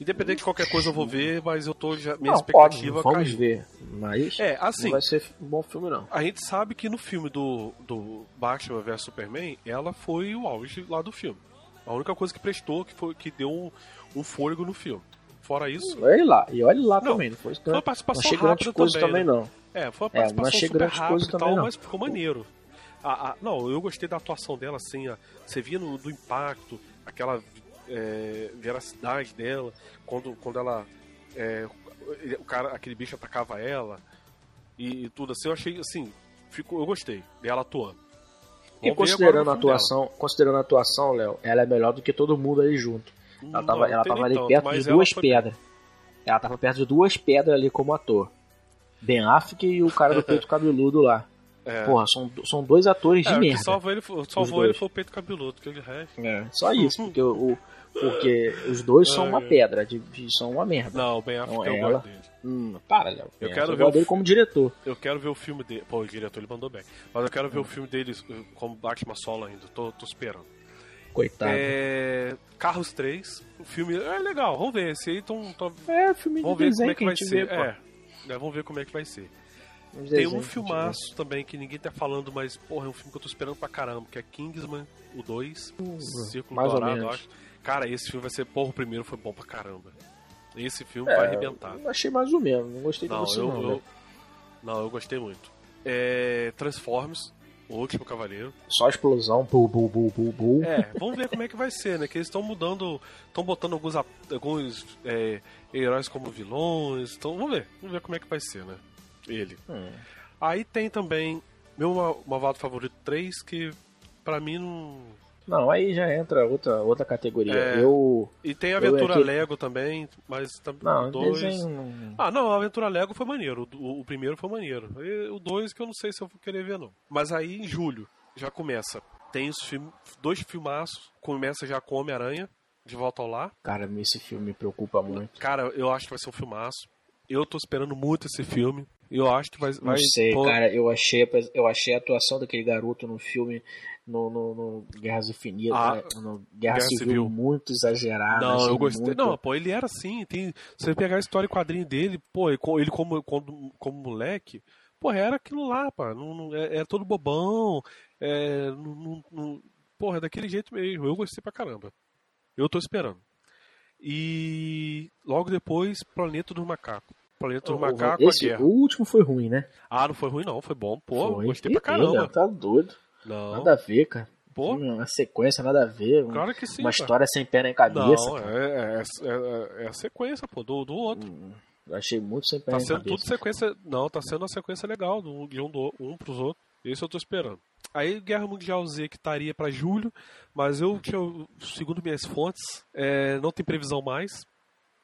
S7: Independente de qualquer coisa eu vou ver, mas eu tô já. Minha
S5: não,
S7: expectativa
S5: óbvio, vamos
S7: caiu.
S5: ver. Mas
S7: É, assim,
S5: não vai ser um bom filme, não.
S7: a gente sabe que no filme do, do Batman vs Superman, ela foi o auge lá do filme. A única coisa que prestou que foi que deu um, um fôlego no filme. Fora isso,
S5: Olha lá, e olha lá
S7: Não,
S5: também, não foi isso que
S7: foi uma
S5: não
S7: participação
S5: achei
S7: rápida
S5: grande coisa
S7: também,
S5: também,
S7: né?
S5: não.
S7: é, foi
S5: É,
S7: uma
S5: não
S7: participação
S5: achei
S7: super
S5: grande
S7: rápida
S5: coisa
S7: e tal,
S5: também, não.
S7: mas ficou maneiro. A- a- não, eu gostei da atuação dela, assim, a- você via no, do impacto, aquela é, veracidade dela, quando, quando ela. é, o cara, aquele bicho atacava ela e, e tudo assim, eu achei assim, ficou, eu gostei dela atuando.
S5: E
S7: Vamos ver agora
S5: considerando
S7: no
S5: a,
S7: filme dela.
S5: atuação, considerando a atuação, Léo, ela é melhor do que todo mundo aí junto. Ela
S7: Não,
S5: tava,
S7: Hum, não
S5: ela
S7: tem
S5: tava
S7: nem
S5: ali
S7: tanto,
S5: perto
S7: mas
S5: de
S7: ela
S5: duas
S7: foi bem.
S5: pedras. Ela tava perto de duas pedras ali como ator. Ben Affleck e o cara do peito cabeludo lá.
S7: É.
S5: Porra, são, são dois atores
S7: É,
S5: de
S7: o que
S5: merda.
S7: salvou ele, foi- salvou
S5: dois.
S7: ele foi o peito cabeludo, que ele resto.
S5: É, só isso, porque, o, o- porque os dois são uma
S7: Ai, ai.
S5: pedra, de- de- são uma merda.
S7: É. Não, bem Affleck
S5: Não,
S7: eu
S5: ela-
S7: gosto dele.
S5: Hum, para, Léo.
S7: Eu
S5: É,
S7: quero
S5: só
S7: ver
S5: gosto
S7: o
S5: dele como diretor.
S7: Eu quero ver o filme dele. Pô, o diretor ele mandou bem. Mas eu quero ver o filme dele uh, como Batman solo ainda. Tô, tô esperando.
S5: Coitado. É,
S7: É... Carros 3. O filme é legal. Vamos ver. Esse aí tão, tão-
S5: filme de
S7: Vamos ver como
S5: É, desenho
S7: é que
S5: a
S7: vai
S5: gente
S7: ser.
S5: vê, pô.
S7: é. né, Vamos ver como é que vai ser.
S5: Filme de
S7: Tem
S5: desenho que a
S7: um
S5: gente
S7: filmaço também que ninguém tá falando, mas porra, é um filme que eu tô esperando pra caramba, que é Kingsman, o 2, Círculo
S5: mais ou
S7: Dourado, eu
S5: menos.
S7: acho. Cara, esse filme vai ser, porra, o primeiro foi bom pra caramba. Esse filme
S5: vê. É,
S7: vai arrebentar.
S5: eu Achei mais ou menos, não gostei
S7: Não, né?
S5: disso
S7: eu,
S5: não.
S7: eu-
S5: Léo.
S7: não, eu gostei muito. É, Transformers, o último cavaleiro.
S5: Só explosão, bu, bu, bu, bu, bu.
S7: É, vamos ver como é que vai ser, né? Que eles estão mudando, estão botando alguns, a- alguns é, heróis como vilões. Então, vamos ver, vamos ver como é que vai ser, né? Ele.
S5: Hum.
S7: Aí tem também meu ma- malvado favorito 3, que pra mim não.
S5: Não, aí já entra outra, outra categoria.
S7: É.
S5: Eu.
S7: E tem a
S5: Eu
S7: Aventura
S5: aqui-
S7: Lego também, mas também
S5: Não,
S7: dois.
S5: desenho. não-
S7: Ah, não, a Aventura Lego foi maneiro. O, o primeiro foi maneiro. E o dois que eu não sei se eu vou querer ver, não. Mas aí em julho já começa. Tem os filme, dois filmaços, começa já com Homem-Aranha, de volta ao lar.
S5: Cara, esse filme me preocupa muito.
S7: Cara, eu acho que vai ser um filmaço. Eu tô esperando muito esse filme. Eu acho que vai.
S5: Não
S7: vai
S5: sei,
S7: pô,
S5: cara, eu achei, eu achei a atuação daquele garoto no filme, no, no, no Guerras Infinitas,
S7: Ah,
S5: né, no Guerra,
S7: Guerra
S5: Civil,
S7: Civil.
S5: muito exagerada.
S7: Não,
S5: assim,
S7: eu gostei.
S5: muito-
S7: Não, pô, ele era assim. Tem... Se você pegar a história e quadrinho dele, pô, ele co- ele como, como, como moleque, pô, era aquilo lá, pá. Não, não- é, é todo bobão. É, não, não, não- porra, é daquele jeito mesmo. Eu gostei pra caramba. Eu tô esperando. E logo depois, Planeta dos Macacos. Planeta dos Macacos, a
S5: Oh, Esse,
S7: guerra.
S5: o último foi ruim, né?
S7: Ah, não foi ruim não, foi bom. Pô,
S5: foi.
S7: gostei pra
S5: Ih, não,
S7: caramba.
S5: Tá doido.
S7: Não,
S5: Nada a ver, cara.
S7: pô,
S5: Filme, Uma sequência, nada a ver. um-
S7: claro que sim.
S5: uma
S7: pá.
S5: história sem pé nem cabeça.
S7: Não,
S5: cara.
S7: é, é, é- é a sequência, pô, do, do outro.
S5: Eu achei muito sem pé
S7: Tá
S5: nem
S7: sendo
S5: cabeça.
S7: tudo sequência. Não, tá sendo uma sequência legal, de um, de um, do, um pros outros. Isso eu tô esperando. Aí Guerra Mundial Z que estaria pra julho, mas eu tinha, segundo minhas fontes, é, não tem previsão mais.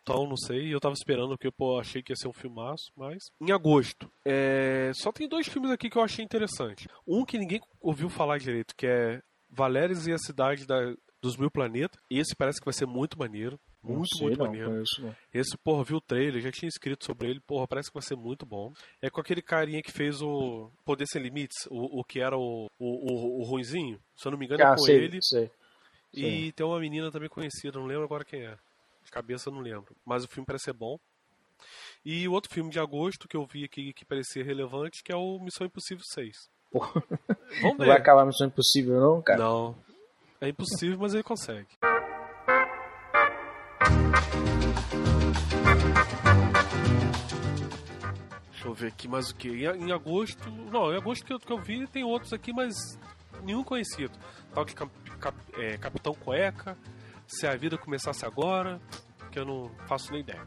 S7: Então não sei, eu tava esperando porque pô, achei que ia ser um filmaço, mas. Em agosto. é, só tem dois filmes aqui que eu achei interessante. Um que ninguém ouviu falar direito, que é Valéries e a Cidade da- dos Mil Planetas. Esse parece que vai ser muito maneiro.
S5: Não
S7: Muito,
S5: sei,
S7: muito
S5: não,
S7: maneiro.
S5: conheço não.
S7: Esse, porra, viu o trailer, já tinha escrito sobre ele, porra, parece que vai ser muito bom. É com aquele carinha que fez o Poder Sem Limites, o, o que era o, o, o, o ruinzinho, se eu não me engano, é
S5: Ah,
S7: com
S5: sei,
S7: ele.
S5: sei.
S7: E tem uma menina também conhecida, não lembro agora quem é. De cabeça eu não lembro. Mas o filme parece ser bom. E o outro filme de agosto que eu vi aqui que parecia relevante, que é o Missão Impossível 6.
S5: Porra.
S7: Vamos
S5: Não
S7: ver.
S5: vai acabar Missão Impossível, não, cara?
S7: Não. É impossível, mas ele consegue. Deixa eu ver aqui mais o que. Em em agosto. Não, em agosto que eu, que eu vi tem outros aqui, mas nenhum conhecido. Tal de Cap- Cap- é, Capitão Cueca, Se a Vida Começasse Agora, que eu não faço nem ideia.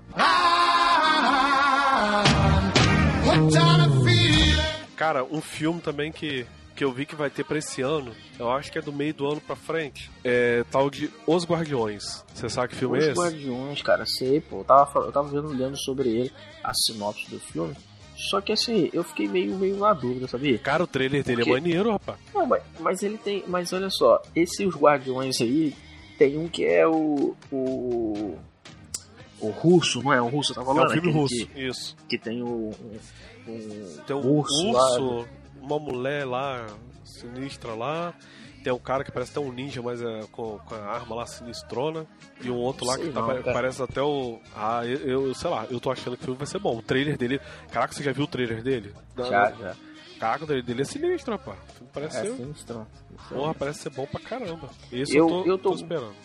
S7: Cara, um filme também que, que eu vi que vai ter pra esse ano, eu acho que é do meio do ano pra frente, é tal de Os Guardiões. Você sabe que filme é
S5: Os
S7: esse?
S5: Guardiões, um, cara, sei, pô. Eu tava, fal- eu tava vendo, lendo sobre ele, a sinopse do filme. Só que assim, eu fiquei meio, meio na dúvida, sabia?
S7: Cara, o trailer dele é
S5: Por quê?
S7: maneiro, rapaz.
S5: Não, mas, mas ele tem. Mas olha só, esse os Guardiões aí, tem um que é o. o. O russo, não é? O russo, tá
S7: É
S5: falando?
S7: um filme
S5: Aquele
S7: russo.
S5: Que,
S7: Isso.
S5: que tem o. Um, um
S7: Tem um
S5: urso
S7: urso,
S5: lá. né?
S7: uma mulher lá, sinistra lá. Tem um cara que parece até um ninja, mas é com, com a arma lá sinistrona. E um outro lá
S5: Sei
S7: que tá-
S5: não,
S7: pare-
S5: cara.
S7: parece até o. Ah, eu, eu sei lá, eu tô achando que o filme vai ser bom. O trailer dele. Caraca, você já viu o trailer dele?
S5: já, já.
S7: Caraca, o trailer dele é sinistro, rapaz. O filme parece
S5: É
S7: ser.
S5: sinistro.
S7: Porra, parece ser bom pra caramba. Isso
S5: Eu-
S7: eu, tô,
S5: eu tô-
S7: tô esperando.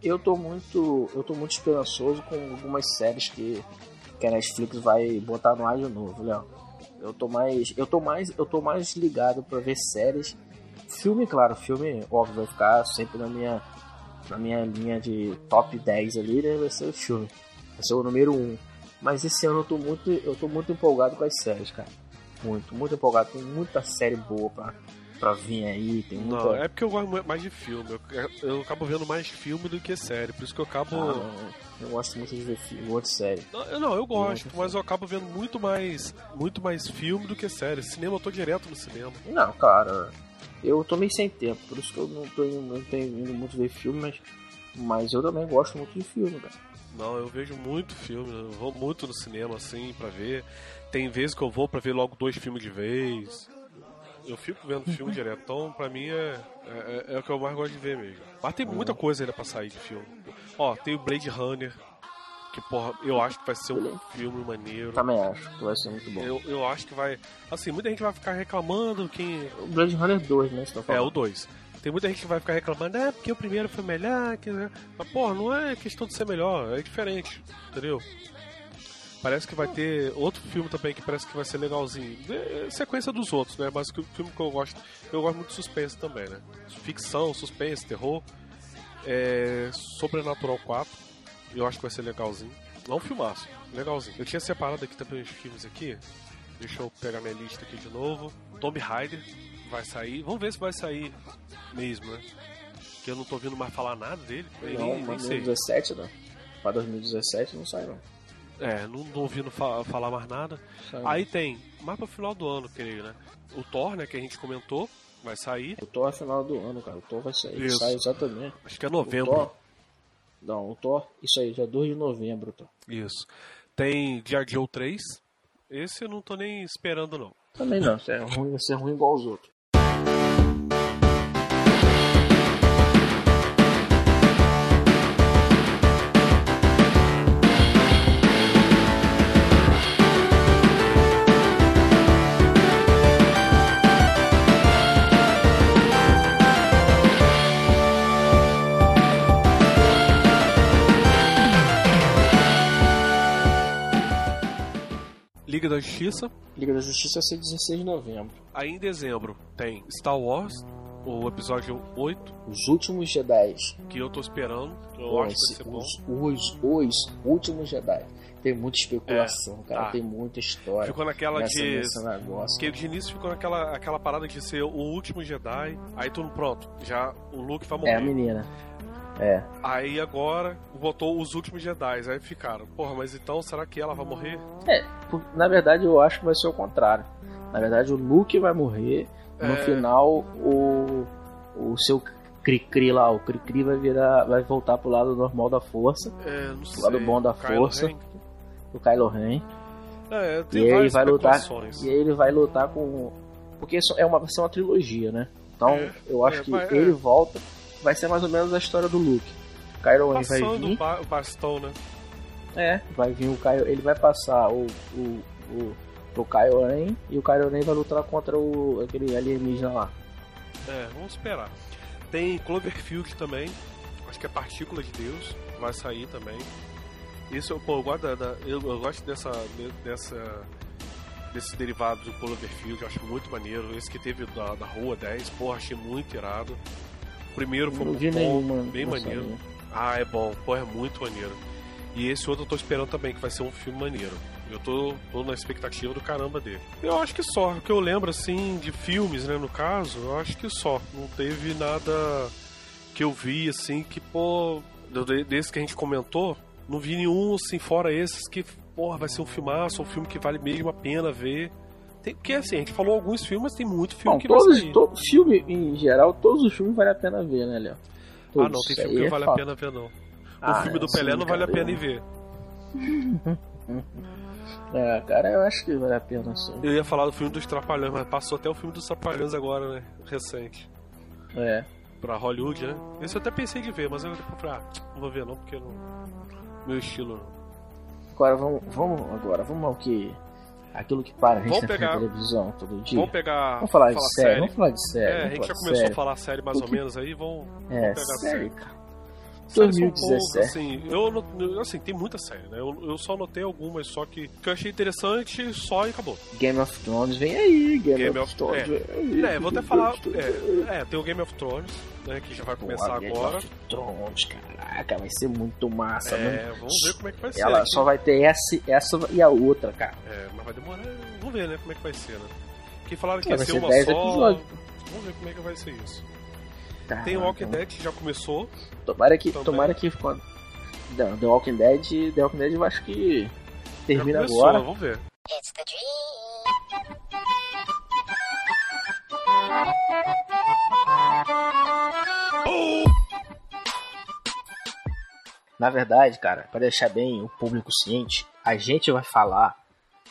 S5: Eu tô muito. Eu tô muito esperançoso com algumas séries que, que a Netflix vai botar no ar de novo, Léo. Eu tô mais. Eu tô mais. Eu tô mais ligado pra ver séries. Filme, claro, filme, óbvio, vai ficar sempre na minha. Na minha linha de top 10 ali, né? Vai ser o filme. Vai ser o número 1. Mas esse ano eu tô muito. Eu tô muito empolgado com as séries, cara. Muito, muito empolgado. Tem muita série boa pra, pra vir aí. Tem muita.
S7: Não, é porque eu gosto mais de filme. Eu, eu acabo vendo mais filme do que série. Por isso que eu acabo.
S5: Ah, não, eu gosto muito de ver filme, muito série.
S7: Não, eu- não, eu gosto,
S5: Nossa.
S7: mas eu acabo vendo muito mais, muito mais filme do que série. Cinema eu tô direto no cinema.
S5: Não, cara, eu tô meio sem tempo, por isso que eu não tô indo, não tenho indo muito ver filme, mas, mas eu também gosto muito de filme, cara.
S7: Não, eu vejo muito filme, eu vou muito no cinema assim pra ver. Tem vezes que eu vou pra ver logo dois filmes de vez. Eu fico vendo filme direto, então pra mim é, é, é- é o que eu mais gosto de ver mesmo. Mas tem muita coisa ainda pra sair de filme. Ó, tem o Blade Runner, que porra, eu acho que vai ser um filme maneiro.
S5: Também acho que vai ser muito bom.
S7: Eu, eu acho que vai. Assim, muita gente vai ficar reclamando quem,
S5: O Blade Runner 2, né, você tá
S7: É, o
S5: falando?
S7: 2. Tem muita gente que vai ficar reclamando, é porque o primeiro foi melhor, que... mas porra, não é questão de ser melhor, é diferente, entendeu? Parece que vai ter outro filme também que parece que vai ser legalzinho. É, é sequência dos outros, né? Mas que o filme que eu gosto, eu gosto muito de suspense também, né? Ficção, suspense, terror. É, Sobrenatural 4, eu acho que vai ser legalzinho. Não um filmaço, legalzinho. Eu tinha separado aqui também os filmes aqui. Deixa eu pegar minha lista aqui de novo. Tomb Raider vai sair. Vamos ver se vai sair mesmo, né? Que eu não tô ouvindo mais falar nada dele. Nem-
S5: Não,
S7: nem
S5: mas
S7: sei.
S5: 2017 não. né? Pra 2017 não sai, não.
S7: É, não tô ouvindo fa- falar mais nada.
S5: Sai, não.
S7: Aí tem, mais pro final do ano, creio, né? O Thor, né, que a gente comentou. Vai sair,
S5: O Thor é final do ano, cara. O Thor vai sair.
S7: Isso.
S5: Sai exatamente.
S7: acho que é
S5: O
S7: novembro.
S5: Thor... Não, o Thor, isso aí, dia 2 de novembro, Thor.
S7: Isso. Tem G.I. Joe 3. Esse eu não tô nem esperando, não.
S5: Também não, se é ruim, vai ser ruim igual os outros.
S7: Liga da Justiça.
S5: Liga da Justiça vai ser 16 de novembro.
S7: Aí em dezembro tem Star Wars, o episódio 8,
S5: Os últimos Jedi.
S7: que eu tô esperando. que Eu
S5: Pô,
S7: acho que vai
S5: esse-
S7: ser bom.
S5: os, os, os últimos Jedi. Tem muita especulação,
S7: É,
S5: cara.
S7: tá.
S5: Tem muita história.
S7: Ficou naquela
S5: nessa, né?
S7: de-
S5: nesse negócio.
S7: Porque de início ficou naquela aquela parada de ser o último Jedi. Aí tudo pronto. Já o Luke vai morrer.
S5: É a menina. É.
S7: Aí agora botou os últimos Jedi. Aí ficaram. Porra, mas então será que ela vai morrer?
S5: Por- Na verdade, eu acho que vai ser o contrário. Na verdade, o Luke vai morrer. No
S7: É.
S5: final, o, o seu Cri-Cri lá, o Cri-Cri vai virar, vai voltar pro lado normal da força,
S7: É, não sei.
S5: lado bom da
S7: Kylo
S5: força.
S7: Ren?
S5: do Kylo Ren.
S7: É,
S5: E
S7: tem
S5: aí ele
S7: várias
S5: vai lutar.
S7: especulações.
S5: E aí ele vai lutar com. Porque isso é uma, vai ser uma trilogia, né? Então
S7: É,
S5: eu acho
S7: é,
S5: que
S7: vai- é.
S5: ele volta. Vai ser mais ou menos a história do Luke. O Kylo Ren vai
S7: Passando o
S5: vir.
S7: ba- bastão, né?
S5: É, vai vir o Kylo. Ele vai passar o. o, o pro Kylo Ren e o Kylo Ren vai lutar contra o aquele alienígena lá.
S7: É, vamos esperar. Tem Cloverfield também, acho que é Partícula de Deus, vai sair também. Isso, eu- pô, eu gosto, da- da- eu, eu gosto dessa, de- dessa, desse derivado do Cloverfield, eu acho muito maneiro. Esse que teve da, da Rua 10, porra, achei muito irado. O primeiro foi
S5: Não
S7: muito
S5: vi
S7: bom,
S5: nenhuma,
S7: bem
S5: não né?
S7: maneiro.
S5: sabia.
S7: Ah, é bom, porra, é muito maneiro. E esse outro eu tô esperando também, que vai ser um filme maneiro. Eu tô, tô na expectativa do caramba dele. Eu acho que só, o que eu lembro assim, de filmes, né, no caso, eu acho que só. Não teve nada que eu vi assim, que, pô, do- de- desse que a gente comentou, não vi nenhum assim, fora esses que, porra, vai ser um filmaço, um filme que vale mesmo a pena ver. Tem, porque assim, a gente falou alguns filmes, mas tem muito filme
S5: Bom,
S7: que vai
S5: todos,
S7: sair.
S5: todo filme, em geral, todos os filmes vale a pena ver, né, Léo?
S7: Ah,
S5: Todos,
S7: não, tem
S5: isso
S7: filme
S5: aí
S7: que
S5: é
S7: não vale a
S5: fato.
S7: pena ver, não.
S5: Ah,
S7: o filme do
S5: sim,
S7: Pelé não vale a
S5: cara,
S7: pena ir ver.
S5: É, cara, eu acho que vale a pena sim.
S7: Eu ia falar do filme dos Trapalhões, mas passou até o filme dos Trapalhões agora, né? Recente.
S5: É.
S7: Pra Hollywood, né? Esse eu até pensei de ver, mas eu depois falei, ah, não vou ver não, porque não. Meu estilo não.
S5: Agora vamos, vamos agora, vamos ao que. Aquilo que para a gente
S7: Vamos
S5: na frente
S7: pegar-
S5: da televisão todo dia.
S7: Vamos pegar.
S5: Vamos falar de série, vamos falar de série.
S7: É, a
S5: vamos
S7: gente
S5: falar
S7: já
S5: de
S7: começou
S5: série.
S7: a falar série mais ou
S5: Porque-
S7: menos aí, vamos.
S5: É,
S7: pegar a
S5: série,
S7: série.
S5: cara.
S7: Séries são
S5: 2017.
S7: poucas, assim, eu, não- eu- assim, tem muita série, né? Eu, eu só anotei algumas, só que, que eu achei interessante só e acabou.
S5: Game of Thrones, vem aí, Game,
S7: Game
S5: of
S7: of-
S5: Thrones. vem aí,
S7: É, vou até
S5: Game
S7: falar.
S5: of Thrones.
S7: É, é, tem o Game of Thrones, né? Que já vai
S5: Pô,
S7: começar
S5: Game
S7: agora.
S5: of Thrones, caraca, vai ser muito massa, mano.
S7: É, vamos ver como é que vai ser.
S5: Ela
S7: aqui.
S5: só vai ter essa, essa e a outra, cara.
S7: É, mas vai demorar. Vamos ver, né? Como é que vai ser, né? Porque falaram que
S5: É,
S7: ia
S5: vai
S7: ser
S5: ser
S7: uma
S5: 10
S7: só.
S5: episódios. Ah, então.
S7: Vamos ver como é que vai ser isso.
S5: Caraca,
S7: Tem o Walking
S5: mano.
S7: Dead que já começou.
S5: Tomara que.
S7: também.
S5: Tomara que. quando- Não, The Walking Dead. The Walking Dead eu acho que termina
S7: já começou,
S5: agora.
S7: vamos ver.
S5: Na verdade, cara, pra deixar bem o público ciente, a gente vai falar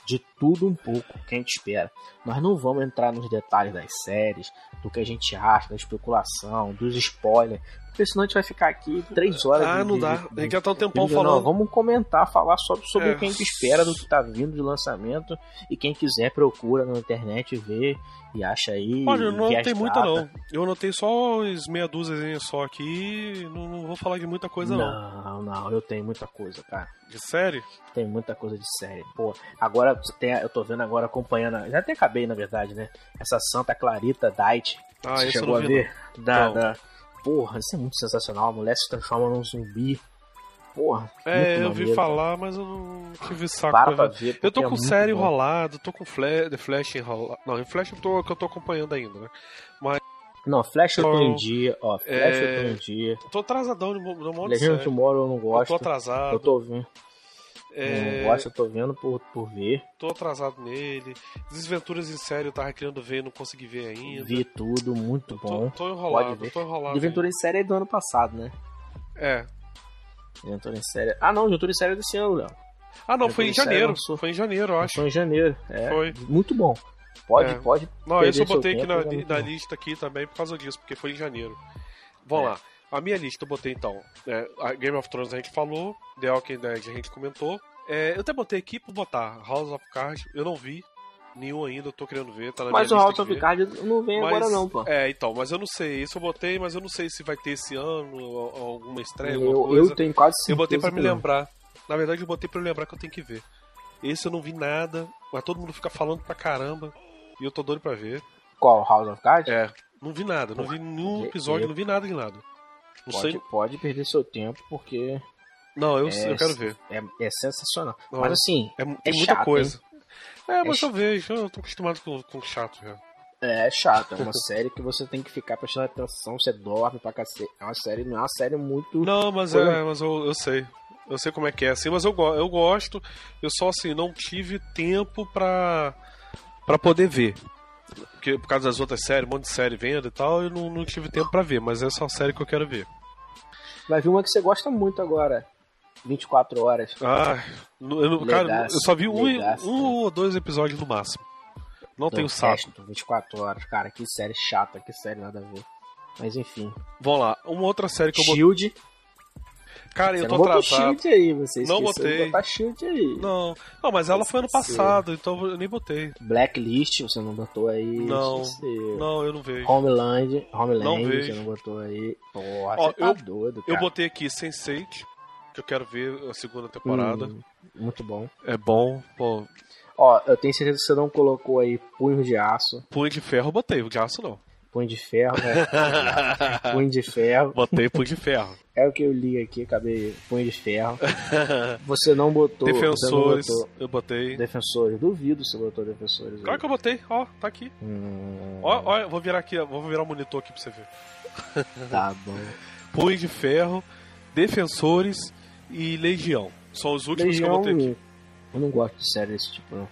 S5: de tudo um pouco que a gente espera. Nós não vamos entrar nos detalhes das séries, do que a gente acha, da especulação, dos spoilers, porque senão a gente vai ficar aqui três horas.
S7: Ah,
S5: de-
S7: não
S5: de-
S7: dá.
S5: de-
S7: A gente já tá um tempão
S5: Entendeu? Não,
S7: falando.
S5: vamos comentar, falar só sobre
S7: É.
S5: o que a gente espera do que tá vindo de lançamento. E quem quiser procura na internet, vê e acha aí.
S7: Olha, eu
S5: e
S7: não
S5: vê as
S7: anotei muita
S5: datas.
S7: não. Eu anotei só as meia dúzia só aqui. Não, não vou falar de muita coisa não.
S5: Não, não, eu tenho muita coisa, cara.
S7: De série?
S5: Tem muita coisa de série. Pô, agora tem, a- eu tô vendo agora acompanhando. Já até acabei, na verdade, né? Essa Santa Clarita Diet.
S7: Ah,
S5: você
S7: esse eu
S5: chegou
S7: não
S5: a
S7: vi.
S5: ver? Da,
S7: Não.
S5: da- Porra, isso é muito sensacional. A mulher se transforma num zumbi. Porra.
S7: não. É,
S5: muito
S7: eu vi
S5: maneiro, cara.
S7: falar, mas eu não tive saco
S5: Para pra
S7: pra ver.
S5: ver.
S7: Eu
S5: porque
S7: tô
S5: é
S7: com
S5: muito
S7: série
S5: bom.
S7: enrolado, tô com Flash, The Flash enrolado. Não, The Flash eu tô, que eu tô acompanhando ainda, né?
S5: Não, Flash eu tô em
S7: Então,
S5: dia, ó. Flash eu tô
S7: é,
S5: em dia.
S7: Tô atrasadão no, no monte de
S5: Legend
S7: série.
S5: of Tomorrow eu não
S7: Eu tô
S5: gosto.
S7: atrasado.
S5: Eu tô ouvindo.
S7: É,
S5: Não gosto, eu tô vendo por, por ver.
S7: Tô atrasado nele. Desventuras em série eu tava querendo ver não consegui ver ainda.
S5: Vi tudo, muito
S7: Tô,
S5: bom.
S7: tô enrolado,
S5: Pode ver.
S7: tô enrolado.
S5: Aventura em série é do ano passado, né?
S7: É.
S5: Aventura em série. Ah, não, Aventura em série é desse ano, Léo.
S7: Ah, não,
S5: Aventura
S7: foi em
S5: em série
S7: janeiro.
S5: lançou.
S7: Foi em janeiro, eu acho.
S5: Foi em janeiro. É,
S7: Foi.
S5: muito bom. Pode,
S7: É.
S5: pode.
S7: Não, esse
S5: perder seu
S7: eu botei aqui
S5: tempo,
S7: na,
S5: mas é muito
S7: na
S5: bom.
S7: lista aqui também por causa disso, porque foi em janeiro. Vamos
S5: É.
S7: lá. A minha lista eu botei então. né, a Game of Thrones a gente falou, The Walking Dead a gente comentou. É, eu até botei aqui por botar House of Cards, eu não vi nenhum ainda, eu tô querendo ver, tá na
S5: Mas o
S7: minha
S5: House
S7: lista.
S5: of
S7: de ver.
S5: Cards não vem
S7: Mas-
S5: agora, não, pô.
S7: É, então, mas eu não sei. Isso eu botei, mas eu não sei se vai ter esse ano, ou- ou alguma estreia, alguma
S5: eu,
S7: é coisa.
S5: eu tenho quase
S7: Eu botei
S5: certeza
S7: pra me
S5: que não.
S7: lembrar. Na verdade, eu botei pra eu lembrar que eu tenho que ver. Esse eu não vi nada, mas todo mundo fica falando pra caramba. E eu tô doido pra ver.
S5: Qual? House of Cards?
S7: É, não vi nada, não vi nenhum
S5: eu-
S7: episódio,
S5: eu-
S7: não vi nada de nada. Não
S5: pode,
S7: sei.
S5: pode perder seu tempo, porque
S7: Não, eu,
S5: É,
S7: eu quero ver.
S5: é, é sensacional.
S7: Não,
S5: Mas assim,
S7: É, tem
S5: é
S7: muita
S5: chato,
S7: coisa. É, mas
S5: É
S7: eu vejo, eu tô acostumado com, com chato já.
S5: é chato. É uma série que você tem que ficar prestando atenção, você dorme pra cacete. É uma série, não é uma série muito.
S7: Não, mas
S5: Foi
S7: é, mas eu, eu sei. Eu sei como é que é, assim, mas eu, go- eu gosto. Eu só assim, não tive tempo pra, pra poder ver. Porque por causa das outras séries, um monte de série vendo e tal, eu não, não tive tempo pra ver, mas essa é uma série que eu quero ver.
S5: Vai vir uma que você gosta muito agora. 24 horas.
S7: Ah, eu, não- cara,
S5: Legacy,
S7: eu só vi um, e-
S5: Legacy.
S7: um ou dois episódios no máximo. Não
S5: é
S7: tenho saco.
S5: Resto, 24 horas, cara, que série chata, que série nada a ver. Mas enfim.
S7: Vamos lá, uma outra série É que eu botei.
S5: Shield.
S7: Cara, eu
S5: Você não
S7: tô
S5: botou
S7: atrasado.
S5: Shield aí, vocês
S7: Não botei.
S5: de botar Shield aí.
S7: Não, não, mas ela foi ano passado, então eu nem botei.
S5: Blacklist, você não botou aí.
S7: Não,
S5: Você-
S7: Não, eu não vejo.
S5: Homeland,
S7: Não
S5: Homeland,
S7: vejo.
S5: você não botou aí. Porra,
S7: Ó,
S5: você tá
S7: eu-
S5: doido, cara.
S7: Eu botei aqui Sense8, que eu quero ver a segunda temporada.
S5: Hum, muito bom.
S7: É bom. Pô,
S5: Ó, eu tenho certeza que você não colocou aí Punho de Aço,
S7: punho de ferro eu botei, o de aço não.
S5: Punho de Ferro, né? Punho de Ferro.
S7: botei punho de ferro.
S5: É o que eu li aqui, acabei. Punho de Ferro. Você não botou.
S7: Defensores,
S5: Você não botou.
S7: eu botei.
S5: Defensores, duvido se botou defensores. aí.
S7: Claro que eu botei, ó, tá aqui.
S5: Hum,
S7: Ó, ó, eu vou virar aqui, ó, vou virar o monitor aqui pra você ver.
S5: tá bom.
S7: Punho de ferro, defensores e legião. São os últimos que eu
S5: Legião,
S7: botei aqui.
S5: eu não gosto de série desse tipo, não.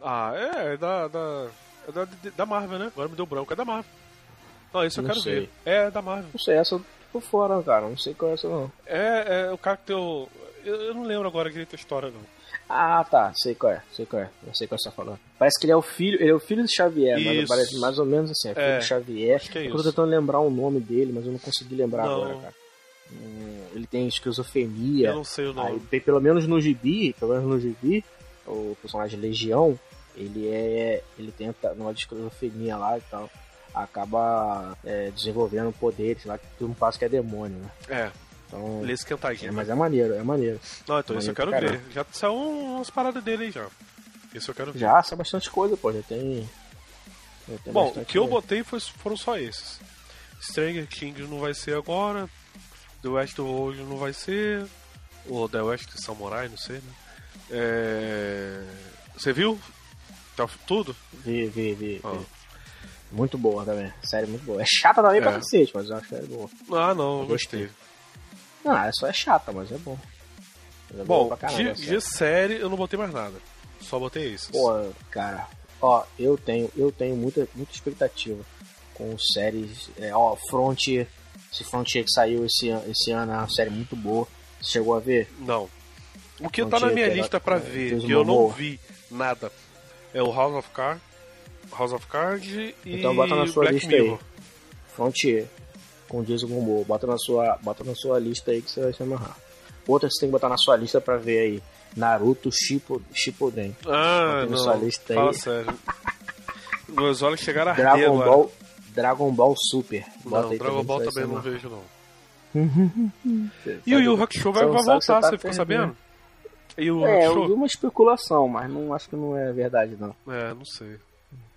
S7: Ah, é, é da. da é da, da Marvel, né? Agora me deu branco, é da Marvel. Não, isso eu
S5: Não
S7: quero
S5: sei.
S7: ver. É, da Marvel.
S5: Não sei, essa eu tô fora, cara. Não sei qual é essa, não.
S7: É, é o cara que tem o. Eu, eu não lembro agora direito a história, não.
S5: Ah, tá, sei qual é, sei qual é, eu sei qual você tá falando. Parece que ele é o filho, ele é o filho do Xavier,
S7: Isso.
S5: mas parece mais ou menos assim, é filho
S7: É,
S5: do Xavier.
S7: acho que é
S5: eu tô
S7: isso.
S5: tentando lembrar o nome dele, mas eu não consegui lembrar
S7: Não.
S5: agora, cara. Hum, ele tem esquizofrenia.
S7: Eu não sei o
S5: Aí,
S7: nome.
S5: pe- pelo menos no gibi, pelo menos no gibi, o personagem Legião, ele é. ele tenta numa esquizofrenia lá e tal. Acaba é, desenvolvendo poderes lá, que todo mundo passa que é demônio, né?
S7: É,
S5: Então.
S7: lê
S5: é,
S7: esquentadinho.
S5: mas é maneiro, é maneiro.
S7: Não, então isso eu quero
S5: Maneiro pra
S7: ver. Já saiu um, umas paradas dele aí já. Isso eu quero ver.
S5: Já, sai bastante coisa, pô. Já tem. já tem
S7: Bom, o
S5: bastante
S7: que eu
S5: coisa.
S7: botei foi- foram só esses. Stranger Things não vai ser agora. The Westworld não vai ser. Ou The West Samurai, não sei, né? É... Você viu? Tá tudo?
S5: Vi, vi, vi.
S7: Ah.
S5: vi. Muito boa também. Série muito boa. É chata também
S7: É.
S5: pra cacete, mas eu acho que é boa.
S7: Ah, não, eu
S5: Gostei.
S7: gostei.
S5: Não, ela só é chata, mas é bom. Mas é boa
S7: Bom,
S5: pra caramba,
S7: de,
S5: essa
S7: de série eu não botei mais nada. Só botei esses.
S5: Pô, cara, ó, eu tenho, eu tenho muita, muita expectativa com séries, é, ó, Frontier, esse Frontier que saiu esse, an- esse ano é uma série muito boa, você chegou a ver?
S7: Não. O que
S5: Não
S7: tá na
S5: tinha
S7: minha
S5: pegado-
S7: lista pra
S5: eh,
S7: ver,
S5: fez uma
S7: que eu não
S5: boa.
S7: vi nada, é o House of Cards, House of Cards e
S5: Então bota na sua
S7: Black
S5: lista aí.
S7: Mirror.
S5: Frontier, com Jason Momoa, bota na sua, bota na sua lista aí que você vai se amarrar. Outra que você tem que botar na sua lista pra ver aí, Naruto Shippo- Shippuden,
S7: Ah,
S5: Bota na
S7: não.
S5: sua lista aí.
S7: Fala sério. Meus olhos chegaram a arder
S5: Dragon
S7: agora.
S5: Ball, Dragon Ball Super, bota
S7: Não,
S5: aí
S7: Dragon
S5: que
S7: Ball
S5: você vai se
S7: também não
S5: amarrar.
S7: vejo, não.
S5: Você
S7: E o
S5: sabe-
S7: Yu Hakusho vai,
S5: Você não
S7: vai
S5: sabe,
S7: voltar,
S5: você tá
S7: você ficou
S5: perdendo.
S7: sabendo? E o
S5: É, eu vi
S7: Hakusho?
S5: uma especulação, mas não acho que não é verdade não.
S7: É, não sei.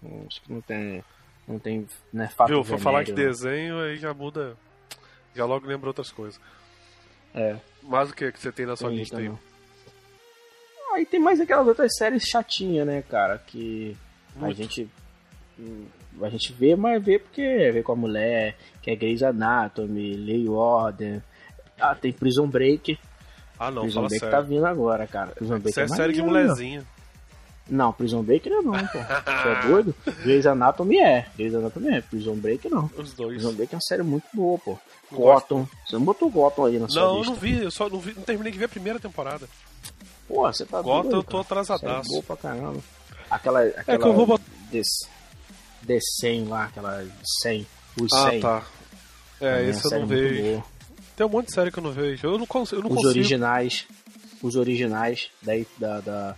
S5: Não, Acho que não tem. Não tem. Não é fato.
S7: Viu, foi falar de
S5: venéreo,
S7: desenho, aí já muda. Já logo lembra outras coisas.
S5: né? É,
S7: Mas o que, que você tem na sua
S5: tem
S7: lista
S5: isso,
S7: aí?
S5: não. Aí tem mais aquelas outras séries chatinhas, né, cara? Que a
S7: Muito.
S5: gente. A gente vê, mas vê porque vê com a mulher, que é Grey's Anatomy, Lei Order. Ah, tem Prison Break.
S7: Ah, não,
S5: Prison
S7: fala
S5: Break
S7: sério.
S5: tá vindo agora, cara. Prison Break
S7: Isso é
S5: é
S7: série de
S5: maneiro, meu.
S7: molezinha.
S5: Não, Prison Break não, é não, pô. Você é doido? Grey's Anatomy é. Grey's Anatomy é. Prison Break não.
S7: Os dois.
S5: Prison Break é uma série muito boa, pô. Gotham. Você não botou Gotham aí na sua
S7: Não, eu
S5: lista.
S7: não vi, eu só não vi, não terminei de ver a primeira temporada.
S5: Pô, você tá
S7: Gotham
S5: doido,
S7: eu tô
S5: cara.
S7: atrasadaço.
S5: Série boa pra caramba. Aquela, aquela
S7: É que eu vou botar.
S5: Des, des 100 lá, aquela 100. Os
S7: Ah,
S5: 100.
S7: tá. É,
S5: Também
S7: esse eu
S5: série
S7: não
S5: muito
S7: vejo.
S5: boa.
S7: Tem um monte de série que eu não vejo. Eu não consigo. Eu não
S5: Os
S7: consigo.
S5: originais. Os originais daí, da, da,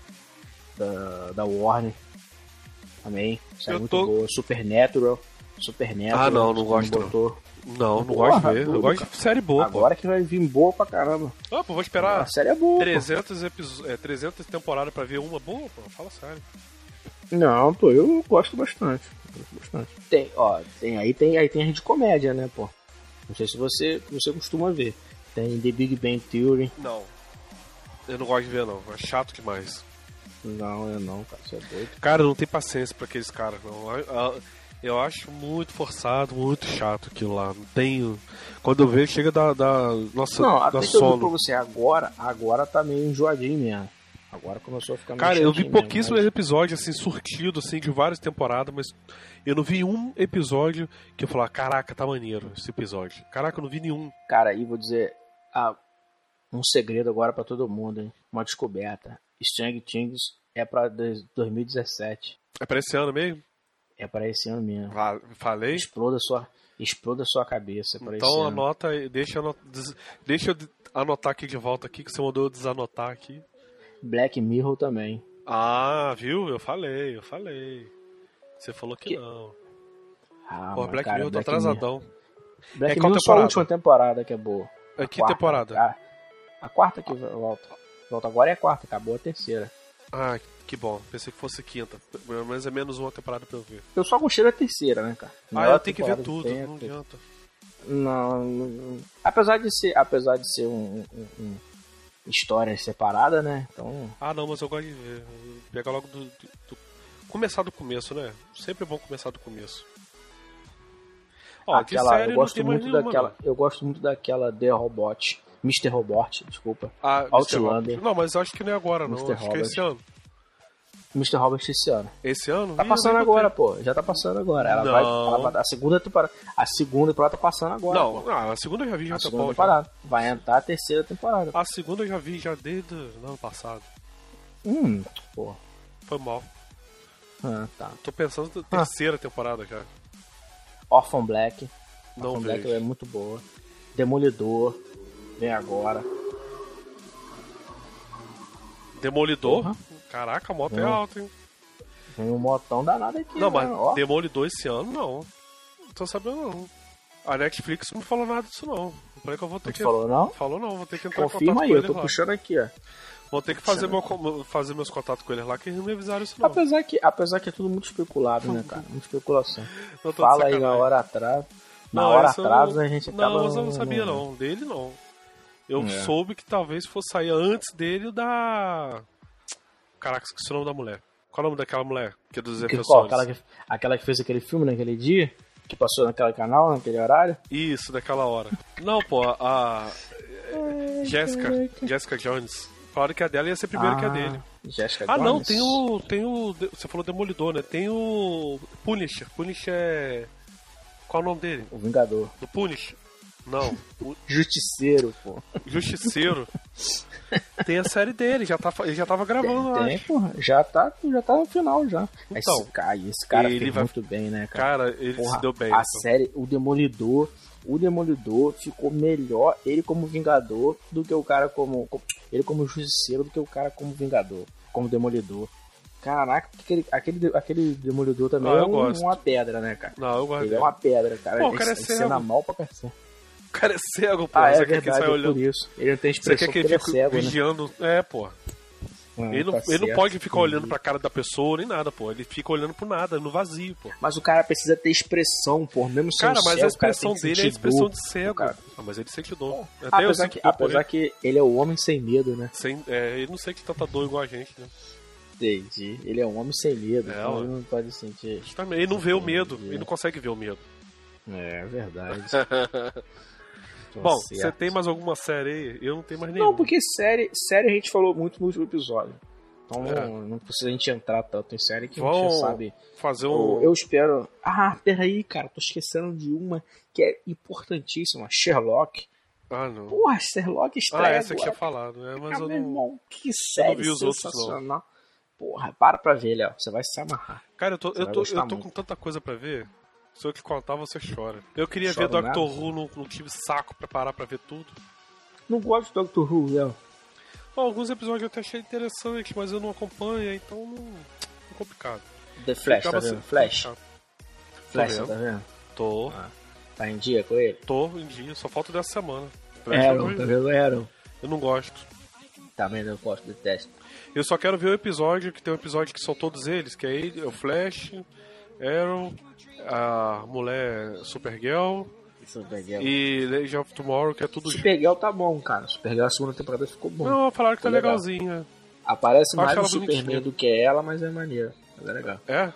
S5: da, da Warner. Também. Série
S7: Eu
S5: muito
S7: tô-
S5: boa. Supernatural. Supernatural.
S7: Ah, não, não gosto não.
S5: botou.
S7: Não, não
S5: Porra,
S7: gosto de ver.
S5: tudo,
S7: eu gosto de série boa.
S5: Agora que vai vir boa pra caramba.
S7: Pô. Ah, pô, vou
S5: A
S7: esperar
S5: série é boa. pô.
S7: 300, episo- é, 300 temporadas pra ver uma boa, pô. Fala sério.
S5: Não, pô, eu gosto bastante. Gosto bastante. Tem, ó, tem aí, tem aí tem a de comédia, né, pô? Não sei se você, você costuma ver. Tem The Big Bang Theory.
S7: Não. Eu não gosto de ver, não. É chato demais.
S5: Não, eu não, cara, você é doido.
S7: Cara, eu não tenho paciência pra aqueles caras, não. Eu- eu- Eu acho muito forçado, muito chato aquilo lá. Não tenho. Quando eu vejo, chega da. da... Nossa,
S5: Não,
S7: dá
S5: até que eu digo pra
S7: sono.
S5: você, agora, agora tá meio enjoadinho mesmo. Agora começou a ficar meio
S7: Cara, eu vi
S5: chatinho mesmo,
S7: pouquíssimos episódios, assim, surtido, assim, de várias temporadas, mas eu não vi um episódio que eu falar, caraca, tá maneiro esse episódio. Caraca, eu não vi nenhum.
S5: mas, Cara, aí vou dizer ah, um segredo agora pra todo mundo, hein? Uma descoberta. Stranger Things é pra dois- 2017.
S7: É pra esse ano mesmo?
S5: É pra esse ano mesmo.
S7: Va- Falei?
S5: Exploda sua, exploda sua cabeça. Pra esse
S7: Então
S5: ano.
S7: anota aí, deixa, eu ano- des- deixa eu de- anotar aqui de volta aqui, que você mandou eu desanotar aqui.
S5: Black Mirror também.
S7: Ah, viu? Eu falei, eu falei. Você falou que,
S5: Que-
S7: não.
S5: Ah,
S7: Pô,
S5: mas,
S7: Black
S5: cara,
S7: Mirror tá
S5: Black
S7: atrasadão.
S5: Mirror. Black
S7: É qual
S5: Mirror só a
S7: temporada?
S5: última temporada que é boa.
S7: É
S5: A
S7: que
S5: quarta.
S7: temporada?
S5: A, a quarta que volta. Volta agora é a quarta, acabou a terceira.
S7: Ah, que bom. Pensei que fosse quinta. Pelo menos é menos uma temporada pra eu ver.
S5: Eu só gostei da terceira, né, cara?
S7: Ah,
S5: Melhor
S7: eu tenho que ver
S5: temporada
S7: tudo,
S5: tem é a
S7: não
S5: terceira.
S7: adianta.
S5: Não, não- não. apesar de ser, apesar de ser um, um- um- história separada, né? Então,
S7: Ah, não, mas eu gosto de ver. Pega logo do, do- do- Começar do começo, né? Sempre é bom começar do começo. Ó, de
S5: aquela,
S7: série
S5: eu
S7: não
S5: gosto
S7: tem mais
S5: muito
S7: nenhuma.
S5: daquela,
S7: não.
S5: eu gosto muito daquela The Robot, Mr. Robot, desculpa.
S7: Ah, Mr.
S5: Outlander.
S7: Robert. Não, mas eu acho que não é agora, não.
S5: Mr.
S7: Acho que é esse ano.
S5: Mr. Robot esse ano.
S7: Esse ano?
S5: Tá
S7: Ih,
S5: passando
S7: eu nem
S5: agora,
S7: botei.
S5: pô. Já tá passando agora. Ela
S7: Não.
S5: vai, ela vai- A segunda temporada. A segunda temporada tá passando agora. pô.
S7: Não, ah, a segunda eu já vi, já
S5: A
S7: tá
S5: segunda
S7: bom. já.
S5: temporada. Vai entrar a terceira temporada.
S7: A segunda eu já vi já desde o ano passado.
S5: Hum, pô.
S7: Foi mal.
S5: Ah, tá.
S7: Tô pensando na terceira temporada já.
S5: Orphan Black.
S7: Não
S5: Orphan
S7: vejo.
S5: Black é muito boa. Demolidor. Vem agora.
S7: Demolidor?
S5: Porra.
S7: Caraca, a moto é
S5: Não.
S7: alta, hein?
S5: Vem um motão danado aqui.
S7: Não, mas
S5: né? Ó,
S7: Demolidor esse ano, não. Não tô sabendo, não. A Netflix não falou nada disso, não. Eu Falei que eu vou ter
S5: não
S7: que...
S5: te falou não?
S7: Falou não, vou ter que entrar em
S5: Confirma
S7: contato
S5: aí,
S7: com
S5: eu
S7: eles
S5: tô
S7: lá.
S5: puxando aqui, ó.
S7: Vou ter que fazer, meu, com- fazer meus contatos com eles lá, que eles não me avisaram isso, não.
S5: Apesar que, apesar que é tudo muito especulado, né, cara? Muita especulação.
S7: Eu tô de
S5: Fala aí na
S7: sacanagem.
S5: hora atrás. Na
S7: Não,
S5: hora
S7: essa eu
S5: atrás
S7: não-
S5: a gente acaba.
S7: Não, mas eu não sabia, não. Dele, não. Eu
S5: É.
S7: soube que talvez fosse sair antes dele o da... Caraca, esqueci o nome da mulher. Qual é o nome daquela mulher? Que é dos
S5: Que, qual?
S7: defensores.
S5: Aquela que, aquela que fez aquele filme naquele dia? Que passou naquele canal, naquele horário?
S7: Isso, daquela hora. Não, pô, a. Jéssica. Jéssica Jones. Falaram que a dela ia ser primeiro
S5: Ah.
S7: que a dele.
S5: Jéssica
S7: Ah, não,
S5: Gomes.
S7: tem o. Tem o. Você falou Demolidor, né? Tem o. Punisher. Punisher é. Qual é o nome dele?
S5: O Vingador.
S7: Do Punisher? Não. O
S5: Justiceiro, pô.
S7: Justiceiro. Tem a série dele, já tá, ele já tava gravando, eu
S5: Tem,
S7: acho.
S5: porra. Já tá, já tá no final já.
S7: Então,
S5: esse cara, esse cara
S7: ele
S5: fez
S7: vai-
S5: muito bem, né, cara?
S7: Cara, ele
S5: Porra,
S7: se deu bem.
S5: A
S7: então.
S5: série, o Demolidor, o Demolidor ficou melhor ele como Vingador do que o cara como. como- ele como Justiceiro do que o cara como Vingador, como Demolidor. Caraca, aquele, aquele, aquele Demolidor também
S7: Ah,
S5: é
S7: eu
S5: um-
S7: gosto.
S5: uma pedra, né, cara?
S7: Não, eu guardei.
S5: Ele é uma pedra, cara.
S7: Pô,
S5: Ele
S7: o cara é
S5: tem
S7: cego.
S5: cena mal pra cacete.
S7: O cara é cego, pô.
S5: Ah,
S7: você
S5: é
S7: quer que ele
S5: verdade,
S7: saia
S5: é por
S7: olhando.
S5: isso. Ele não tem
S7: Você
S5: expressão
S7: quer
S5: porque
S7: que ele
S5: ele é
S7: fique
S5: cego, né?
S7: vigiando. É, pô.
S5: Ah,
S7: Ele não,
S5: tá
S7: ele não
S5: certo. Hum.
S7: pode ficar olhando pra cara da pessoa nem nada, pô. Ele fica olhando pro nada, no vazio, pô.
S5: Mas o cara precisa ter expressão, pô. Mesmo sendo
S7: Cara, mas
S5: cego,
S7: a
S5: o cara tem
S7: expressão
S5: que
S7: dele é a
S5: sentir
S7: expressão
S5: dor.
S7: de cego.
S5: O cara- É.
S7: Ah, mas ele sente dor. Até eu
S5: Apesar,
S7: sinto
S5: que,
S7: dor né? por
S5: apesar
S7: ele.
S5: que ele é o homem sem medo, né?
S7: Sem- é, ele não sente tanta dor igual a gente, né?
S5: Entendi. Ele é um homem sem medo,
S7: É,
S5: então
S7: ué.
S5: ele não pode sentir.
S7: Justamente, Ele não vê o medo, ele não consegue ver o medo.
S5: É, verdade. Estão
S7: Bom,
S5: certos.
S7: você tem mais alguma série aí? Eu não tenho mais nenhuma.
S5: Não, porque série, série a gente falou muito no último episódio. Então
S7: É.
S5: não, não precisa a gente entrar tanto em série que a gente
S7: Vão-
S5: já sabe.
S7: Fazer
S5: Eu,
S7: um.
S5: eu espero. Ah, peraí, cara, tô esquecendo de uma que é importantíssima: Sherlock.
S7: Ah, não.
S5: Porra, Sherlock estreia.
S7: Ah, essa que tinha
S5: agora.
S7: falado, né? Mas
S5: Ah, meu
S7: eu não.
S5: irmão, que série
S7: vi os outros, não.
S5: sensacional. Porra, para pra ver, Léo. Você vai se amarrar.
S7: Cara, eu tô,
S5: Você
S7: eu
S5: vai
S7: tô,
S5: gostar
S7: eu tô com
S5: muito.
S7: tanta coisa pra ver. Se eu te contar, você chora. Eu queria
S5: Chora
S7: ver
S5: nada.
S7: Doctor Who, não, não tive saco pra parar pra ver tudo.
S5: Não gosto do Doctor Who, Léo.
S7: Bom, alguns episódios eu até achei interessantes, mas eu não acompanho, então não. É complicado.
S5: The Flash, tá
S7: Acaba
S5: vendo?
S7: sendo-
S5: Flash.
S7: Ah,
S5: Flash,
S7: vendo.
S5: tá vendo?
S7: Tô,
S5: Tá em dia com ele?
S7: tô em dia, só falta dessa semana. é
S5: Arrow, tá vendo? Arrow.
S7: eu não gosto.
S5: Também não gosto do teste.
S7: Eu só quero ver o episódio, que tem um episódio que são todos eles, que aí é o Flash, Arrow, a mulher Supergirl
S5: Supergirl.
S7: e Legend of Tomorrow, que é tudo junto.
S5: Supergirl tá bom, cara. Supergirl a segunda temporada ficou bom.
S7: Não, falaram que tá
S5: Tá legal.
S7: legalzinha.
S5: Aparece
S7: Eu acho
S5: mais o
S7: ela
S5: Superman
S7: bonitinha.
S5: do que ela, mas é maneiro. Mas é legal.
S7: É?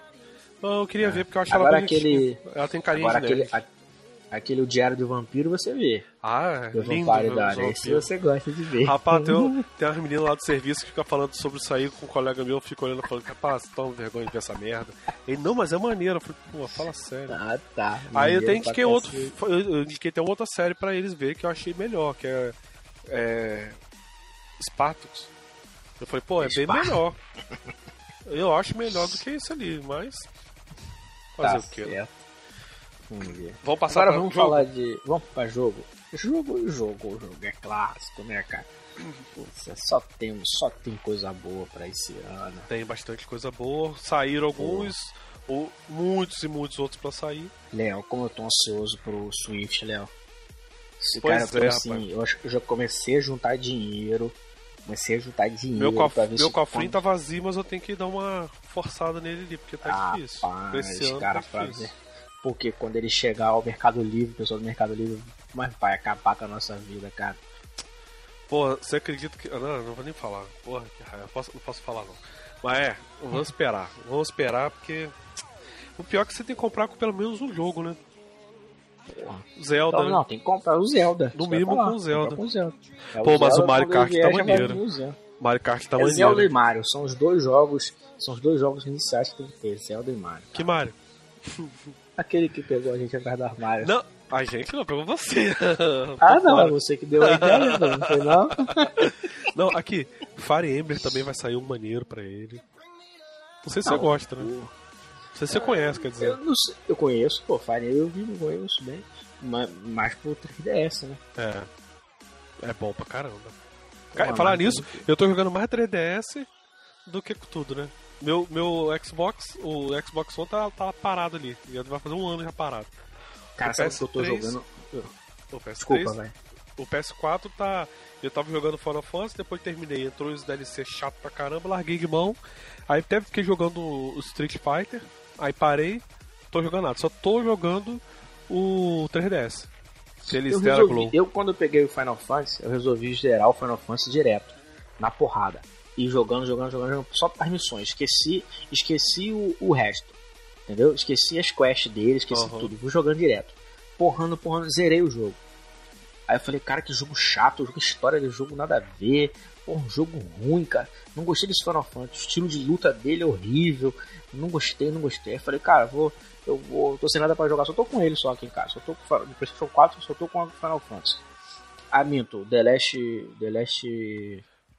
S7: Não, eu queria ver, porque eu acho
S5: É. Agora
S7: ela bonitinha. Ela tem carinha
S5: Agora
S7: de
S5: aquele,
S7: nerd.
S5: a- aquele O Diário do Vampiro você vê.
S7: Ah,
S5: Eu
S7: lindo.
S5: vou
S7: meu
S5: paredar.
S7: Deus,
S5: Esse
S7: meu Deus.
S5: você gosta de ver.
S7: Rapaz, tem, um- tem umas meninas lá do serviço que fica falando sobre isso aí com um colega meu, fica olhando e falando, rapaz, toma vergonha de ver essa merda. Ele, não, mas é maneiro. Eu falei, pô, fala sério.
S5: Ah, tá.
S7: Aí eu
S5: Maneiro
S7: até
S5: pra
S7: indiquei outro.
S5: cacete.
S7: Eu eu indiquei até uma outra série pra eles ver que eu achei melhor, que é. é Spartacus. Eu falei, pô, é bem
S5: Spartacus.
S7: melhor. Eu acho melhor do que isso ali, mas.
S5: Tá
S7: Fazer o quê? né?
S5: certo. Vamos ver.
S7: Vamos passar
S5: Agora
S7: pra
S5: vamos
S7: jogo?
S5: falar de. Vamos pra jogo? Jogo, jogo, jogo. É clássico, né, cara?
S7: Uhum.
S5: Putz, é só tem, só tem coisa boa pra esse ano.
S7: Tem bastante coisa boa. Saíram alguns, ou muitos e muitos outros pra sair.
S5: Léo, como eu tô ansioso pro Swift, Léo. Esse
S7: Pois
S5: cara, eu tô
S7: é,
S5: assim, eu acho que eu já comecei a juntar dinheiro. Comecei a juntar dinheiro.
S7: Meu, cof...
S5: pra ver
S7: meu
S5: se
S7: cofrinho
S5: quando-
S7: tá vazio, mas eu tenho que dar uma forçada nele ali, porque tá difícil.
S5: Rapaz,
S7: Esse ano
S5: cara,
S7: tá
S5: pra
S7: difícil.
S5: ver. Porque quando ele chegar ao Mercado Livre, o pessoal do Mercado Livre, mas vai acabar com a nossa vida, cara.
S7: Porra, você acredita que. ah, Não, não vou nem falar. Porra, que raiva. Posso- não posso falar, não. Mas é, vamos esperar. Vamos esperar, porque. O pior é que você tem que comprar com pelo menos um jogo, né?
S5: Porra.
S7: Zelda.
S5: Então,
S7: né?
S5: não, tem que comprar o Zelda.
S7: No
S5: Isso que eu ia
S7: mínimo
S5: falar,
S7: com o Zelda.
S5: comprar com o Zelda. É,
S7: Pô, mas o
S5: Zelda,
S7: Mario
S5: quando
S7: Kart
S5: ele vier,
S7: tá
S5: já vai
S7: maneiro.
S5: vir o Zelda.
S7: Mario Kart tá
S5: É Zelda e
S7: maneiro.
S5: Mario, são os dois jogos, são os dois jogos iniciais que tem que ter, Zelda e Mario.
S7: Que Mario?
S5: Aquele que pegou a gente atrás do armário.
S7: Não, a gente não, pegou você.
S5: É. Ah,
S7: Tá
S5: não, é você que deu a ideia, não foi não?
S7: Não, aqui, Fire Emblem também vai sair um maneiro pra ele. Não sei se
S5: Não,
S7: você gosta, né? Não sei se você conhece, quer dizer.
S5: Eu não sei, eu conheço, pô, Fire Emblem eu vi, não conheço bem, mas, mas pro 3DS, né?
S7: É. É bom pra caramba. Cara,
S5: Pô,
S7: falar
S5: mas-
S7: nisso, eu tô jogando mais 3DS do que com tudo, né? Meu, meu Xbox, o Xbox One tá, tá parado ali. Já vai fazer um ano já parado.
S5: Cara,
S7: O
S5: sabe o que eu tô
S7: PS3?
S5: jogando?
S7: O PS3,
S5: Desculpa, velho.
S7: o PS4 tá. Eu tava jogando Final Fantasy, depois terminei. Entrou os DLC chato pra caramba, larguei de mão. Aí até fiquei jogando o Street Fighter. Aí parei, tô jogando nada. Só tô jogando o 3DS. Se eles
S5: Eu,
S7: deram
S5: resolvi,
S7: Glow.
S5: eu, quando eu peguei o Final Fantasy, eu resolvi zerar o Final Fantasy direto, na porrada. E jogando, jogando, jogando, jogando só as missões. Esqueci, esqueci o, o resto. Entendeu? Esqueci as quests dele, esqueci
S7: Aham.
S5: tudo. Vou jogando direto. Porrando, porrando, zerei o jogo. Aí eu falei, cara, que jogo chato, jogo história de jogo nada a ver. Pô, um jogo ruim, cara. Não gostei desse Final Fantasy. O estilo de luta dele é horrível. Não gostei, não gostei. Aí eu falei, cara, vou. Eu vou. Tô sem nada pra jogar, só tô com ele só aqui em casa. Só tô com o Final- no PlayStation 4, só tô com o Final Fantasy. Ah, minto, The Last. The Last.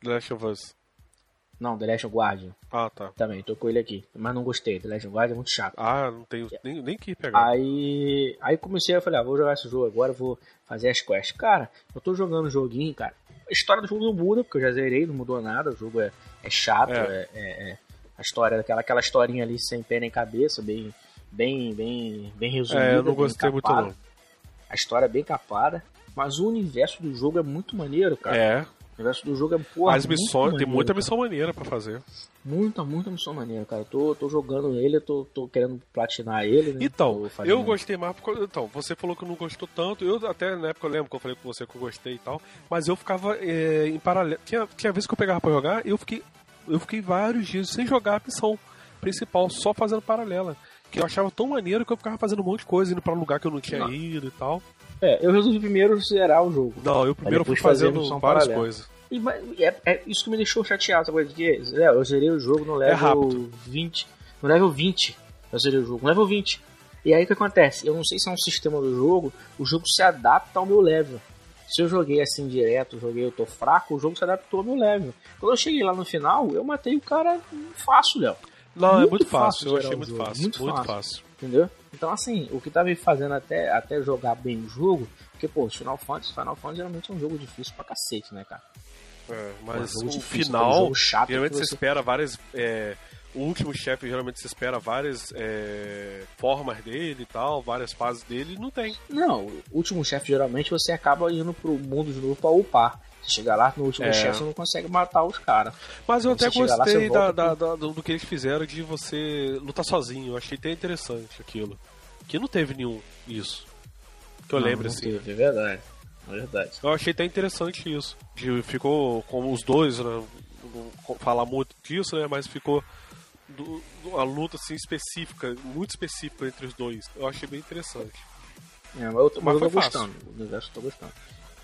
S7: The Last of Us.
S5: Não, The Last Guardian.
S7: Ah, tá.
S5: Também, tô com ele aqui. Mas não gostei. The Last Guardian é muito chato.
S7: Ah, não tenho nem, nem que pegar.
S5: Aí, aí comecei a falar, ah, vou jogar esse jogo agora, vou fazer as quests. Cara, eu tô jogando o joguinho, cara. A história do jogo não muda, porque eu já zerei, não mudou nada, o jogo é, é chato, é.
S7: É.
S5: é- é- a história aquela, aquela historinha ali sem pé nem cabeça, bem bem bem bem resumida.
S7: é, eu não
S5: bem
S7: gostei muito
S5: capada.
S7: não.
S5: A história é bem capada, mas o universo do jogo é muito maneiro, cara.
S7: É,
S5: O universo do jogo é porra,
S7: as
S5: muito
S7: missões, tem
S5: maneiro,
S7: muita
S5: cara.
S7: missão maneira pra fazer.
S5: Muita, muita missão maneira, cara. Eu tô, tô jogando ele, eu tô, tô querendo platinar ele, né?
S7: Então,
S5: Tô fazendo-
S7: eu gostei mais porque. Então, você falou que não gostou tanto. Eu até na época eu lembro que eu falei com você que eu gostei e tal. Mas eu ficava é, em paralelo. Tinha, tinha vezes que eu pegava pra jogar e eu fiquei. Eu fiquei vários dias sem jogar a missão principal, só fazendo paralela. Que eu achava tão maneiro que eu ficava fazendo um monte de coisa, indo pra lugar que eu não tinha
S5: Não.
S7: ido e tal.
S5: É, eu resolvi primeiro zerar o jogo.
S7: Não, eu primeiro fui
S5: depois
S7: fazendo
S5: fazemos um
S7: várias
S5: paralelo.
S7: coisas.
S5: E, mas, é, é isso que me deixou chateado, sabe? Porque, é, eu zerei o jogo no level
S7: rápido.
S5: 20. No level 20, eu zerei o jogo. No level 20. E aí o que acontece? Eu não sei se é um sistema do jogo, o jogo se adapta ao meu level. Se eu joguei assim direto, joguei eu tô fraco, o jogo se adaptou ao meu level. Quando eu cheguei lá no final, eu matei o cara fácil, Léo.
S7: Não, é
S5: Muito
S7: muito
S5: fácil
S7: fácil, eu
S5: zerar
S7: achei
S5: o
S7: muito
S5: jogo,
S7: fácil.
S5: muito
S7: Muito,
S5: fácil.
S7: fácil.
S5: Entendeu? Então, assim, o que tá me fazendo até, até jogar bem o jogo, porque, pô, Final Fantasy, Final Fantasy geralmente é um jogo difícil pra cacete, né, cara?
S7: É,
S5: Pô, é um
S7: mas
S5: jogo
S7: o
S5: difícil, é um
S7: final,
S5: jogo chato
S7: geralmente
S5: que
S7: você
S5: você-
S7: espera várias. é, o último chefe, geralmente você espera várias é, formas dele e tal, várias fases dele, e não tem.
S5: Não, o último chefe geralmente você acaba indo pro mundo de novo pra upar. Você chega lá no último
S7: É.
S5: chefe, você não consegue matar os caras.
S7: Mas eu
S5: Quando
S7: até
S5: você chega lá,
S7: gostei
S5: você volta
S7: da- da- da- do do que eles fizeram de você lutar sozinho. Eu achei até interessante aquilo. Que não teve nenhum isso. Que eu lembro, assim.
S5: É verdade. É verdade.
S7: Eu achei até interessante isso. De, ficou como os dois, né? Não co- falar muito disso, né? Mas ficou do- do- a luta assim específica, muito específica entre os dois. Eu achei bem interessante.
S5: É, mas eu tô, mas
S7: Então, Mas
S5: eu tô
S7: foi fácil.
S5: gostando. O universo eu tô gostando.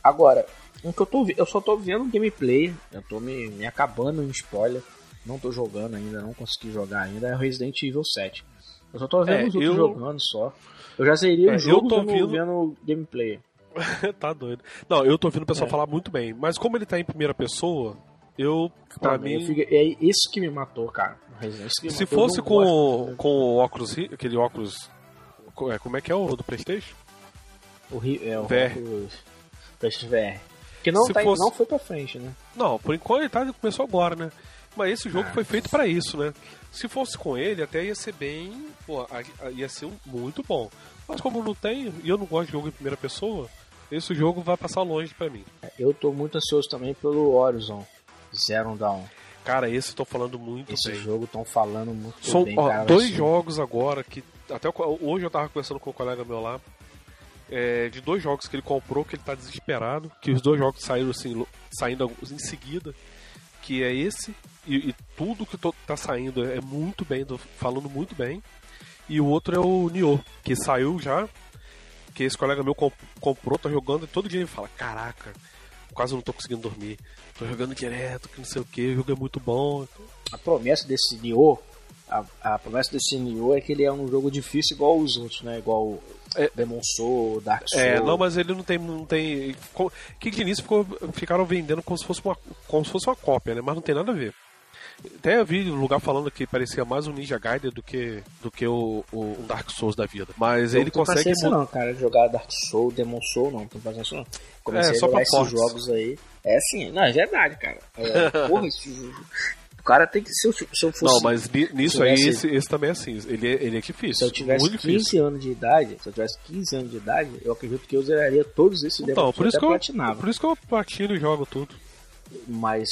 S5: Agora, o que eu, tô, vi- eu só tô vendo gameplay, eu tô me, me acabando em spoiler. Não tô jogando ainda, não consegui jogar ainda. É Resident Evil 7. Eu só tô vendo
S7: É,
S5: os outros
S7: eu-
S5: jogando só. Eu já zerei
S7: É,
S5: o
S7: eu
S5: jogo
S7: tô
S5: vendo,
S7: vendo-
S5: vendo gameplay.
S7: tá doido. Não, eu tô ouvindo o pessoal
S5: É.
S7: falar muito bem, mas como ele tá em primeira pessoa, eu pra
S5: Também, eu
S7: mim
S5: fico- é isso que me matou, cara. Resident Evil
S7: se
S5: me matou, eu
S7: fosse
S5: não
S7: com
S5: gosto. né?
S7: o- com o óculos, ri- aquele óculos co- é, como é que é o do PlayStation?
S5: O Rio é o
S7: VR.
S5: Oculus Quest VR. Que não,
S7: Se
S5: tá-
S7: fosse-
S5: não foi pra frente, né?
S7: Não, por enquanto ele tá, começou agora, né? Mas esse jogo
S5: Ah.
S7: foi feito pra isso, né? Se fosse com ele, até ia ser bem. Pô, a- a- ia ser um- muito bom. Mas como não tem, e eu não gosto de jogo em primeira pessoa, esse jogo vai passar longe pra mim.
S5: Eu tô muito ansioso também pelo Horizon Zero Dawn.
S7: Cara, esse eu tô falando muito
S5: Esse
S7: bem.
S5: jogo estão falando muito
S7: São
S5: bem,
S7: ó,
S5: cara.
S7: dois
S5: assim.
S7: jogos agora que. Até o- hoje eu tava conversando com um colega meu lá. é, de dois jogos que ele comprou, que ele tá desesperado. Que os dois jogos saíram assim, lo- saindo alguns em seguida. Que é esse. E, e tudo que to- tá saindo é muito bem, tô falando muito bem. E o outro é o Nioh, que saiu já. Que esse colega meu comp- comprou, tá jogando e todo dia ele fala: Caraca, quase não tô conseguindo dormir. Tô jogando direto, que não sei o que, o jogo é muito bom.
S5: A promessa desse Nioh, a, a promessa desse Nioh é que ele é um jogo difícil igual os outros, né? Igual o
S7: É.
S5: Demon Souls, Dark Souls.
S7: É, não, mas ele não tem. Não tem co- que de início ficou- ficaram vendendo como se, fosse uma, como se fosse uma cópia, né? Mas não tem nada a ver. Até eu vi um lugar falando que parecia mais um Ninja Gaiden do que, do que o, o- um Dark Souls da vida. Mas ele
S5: não tô
S7: consegue.
S5: paciência
S7: mu-
S5: não, cara, de jogar Dark Souls, Demon Souls, não, não tô paciência não. Comecei
S7: É,
S5: a
S7: só
S5: jogar
S7: pra
S5: esses
S7: fortes.
S5: jogos aí. É sim, não, é verdade, cara. É, porra, esse jogo. O cara tem que. Se eu, se eu fosse.
S7: Não, mas ni- nisso aí,
S5: tivesse-
S7: esse, esse também é assim. Ele, é- ele é difícil.
S5: Se eu tivesse
S7: muito
S5: 15
S7: difícil.
S5: anos de idade, se eu tivesse 15 anos de idade, eu acredito que eu zeraria todos esses
S7: Então,
S5: Demon Souls
S7: por isso,
S5: até
S7: que eu,
S5: platinava.
S7: por isso que eu platino e jogo tudo.
S5: Mas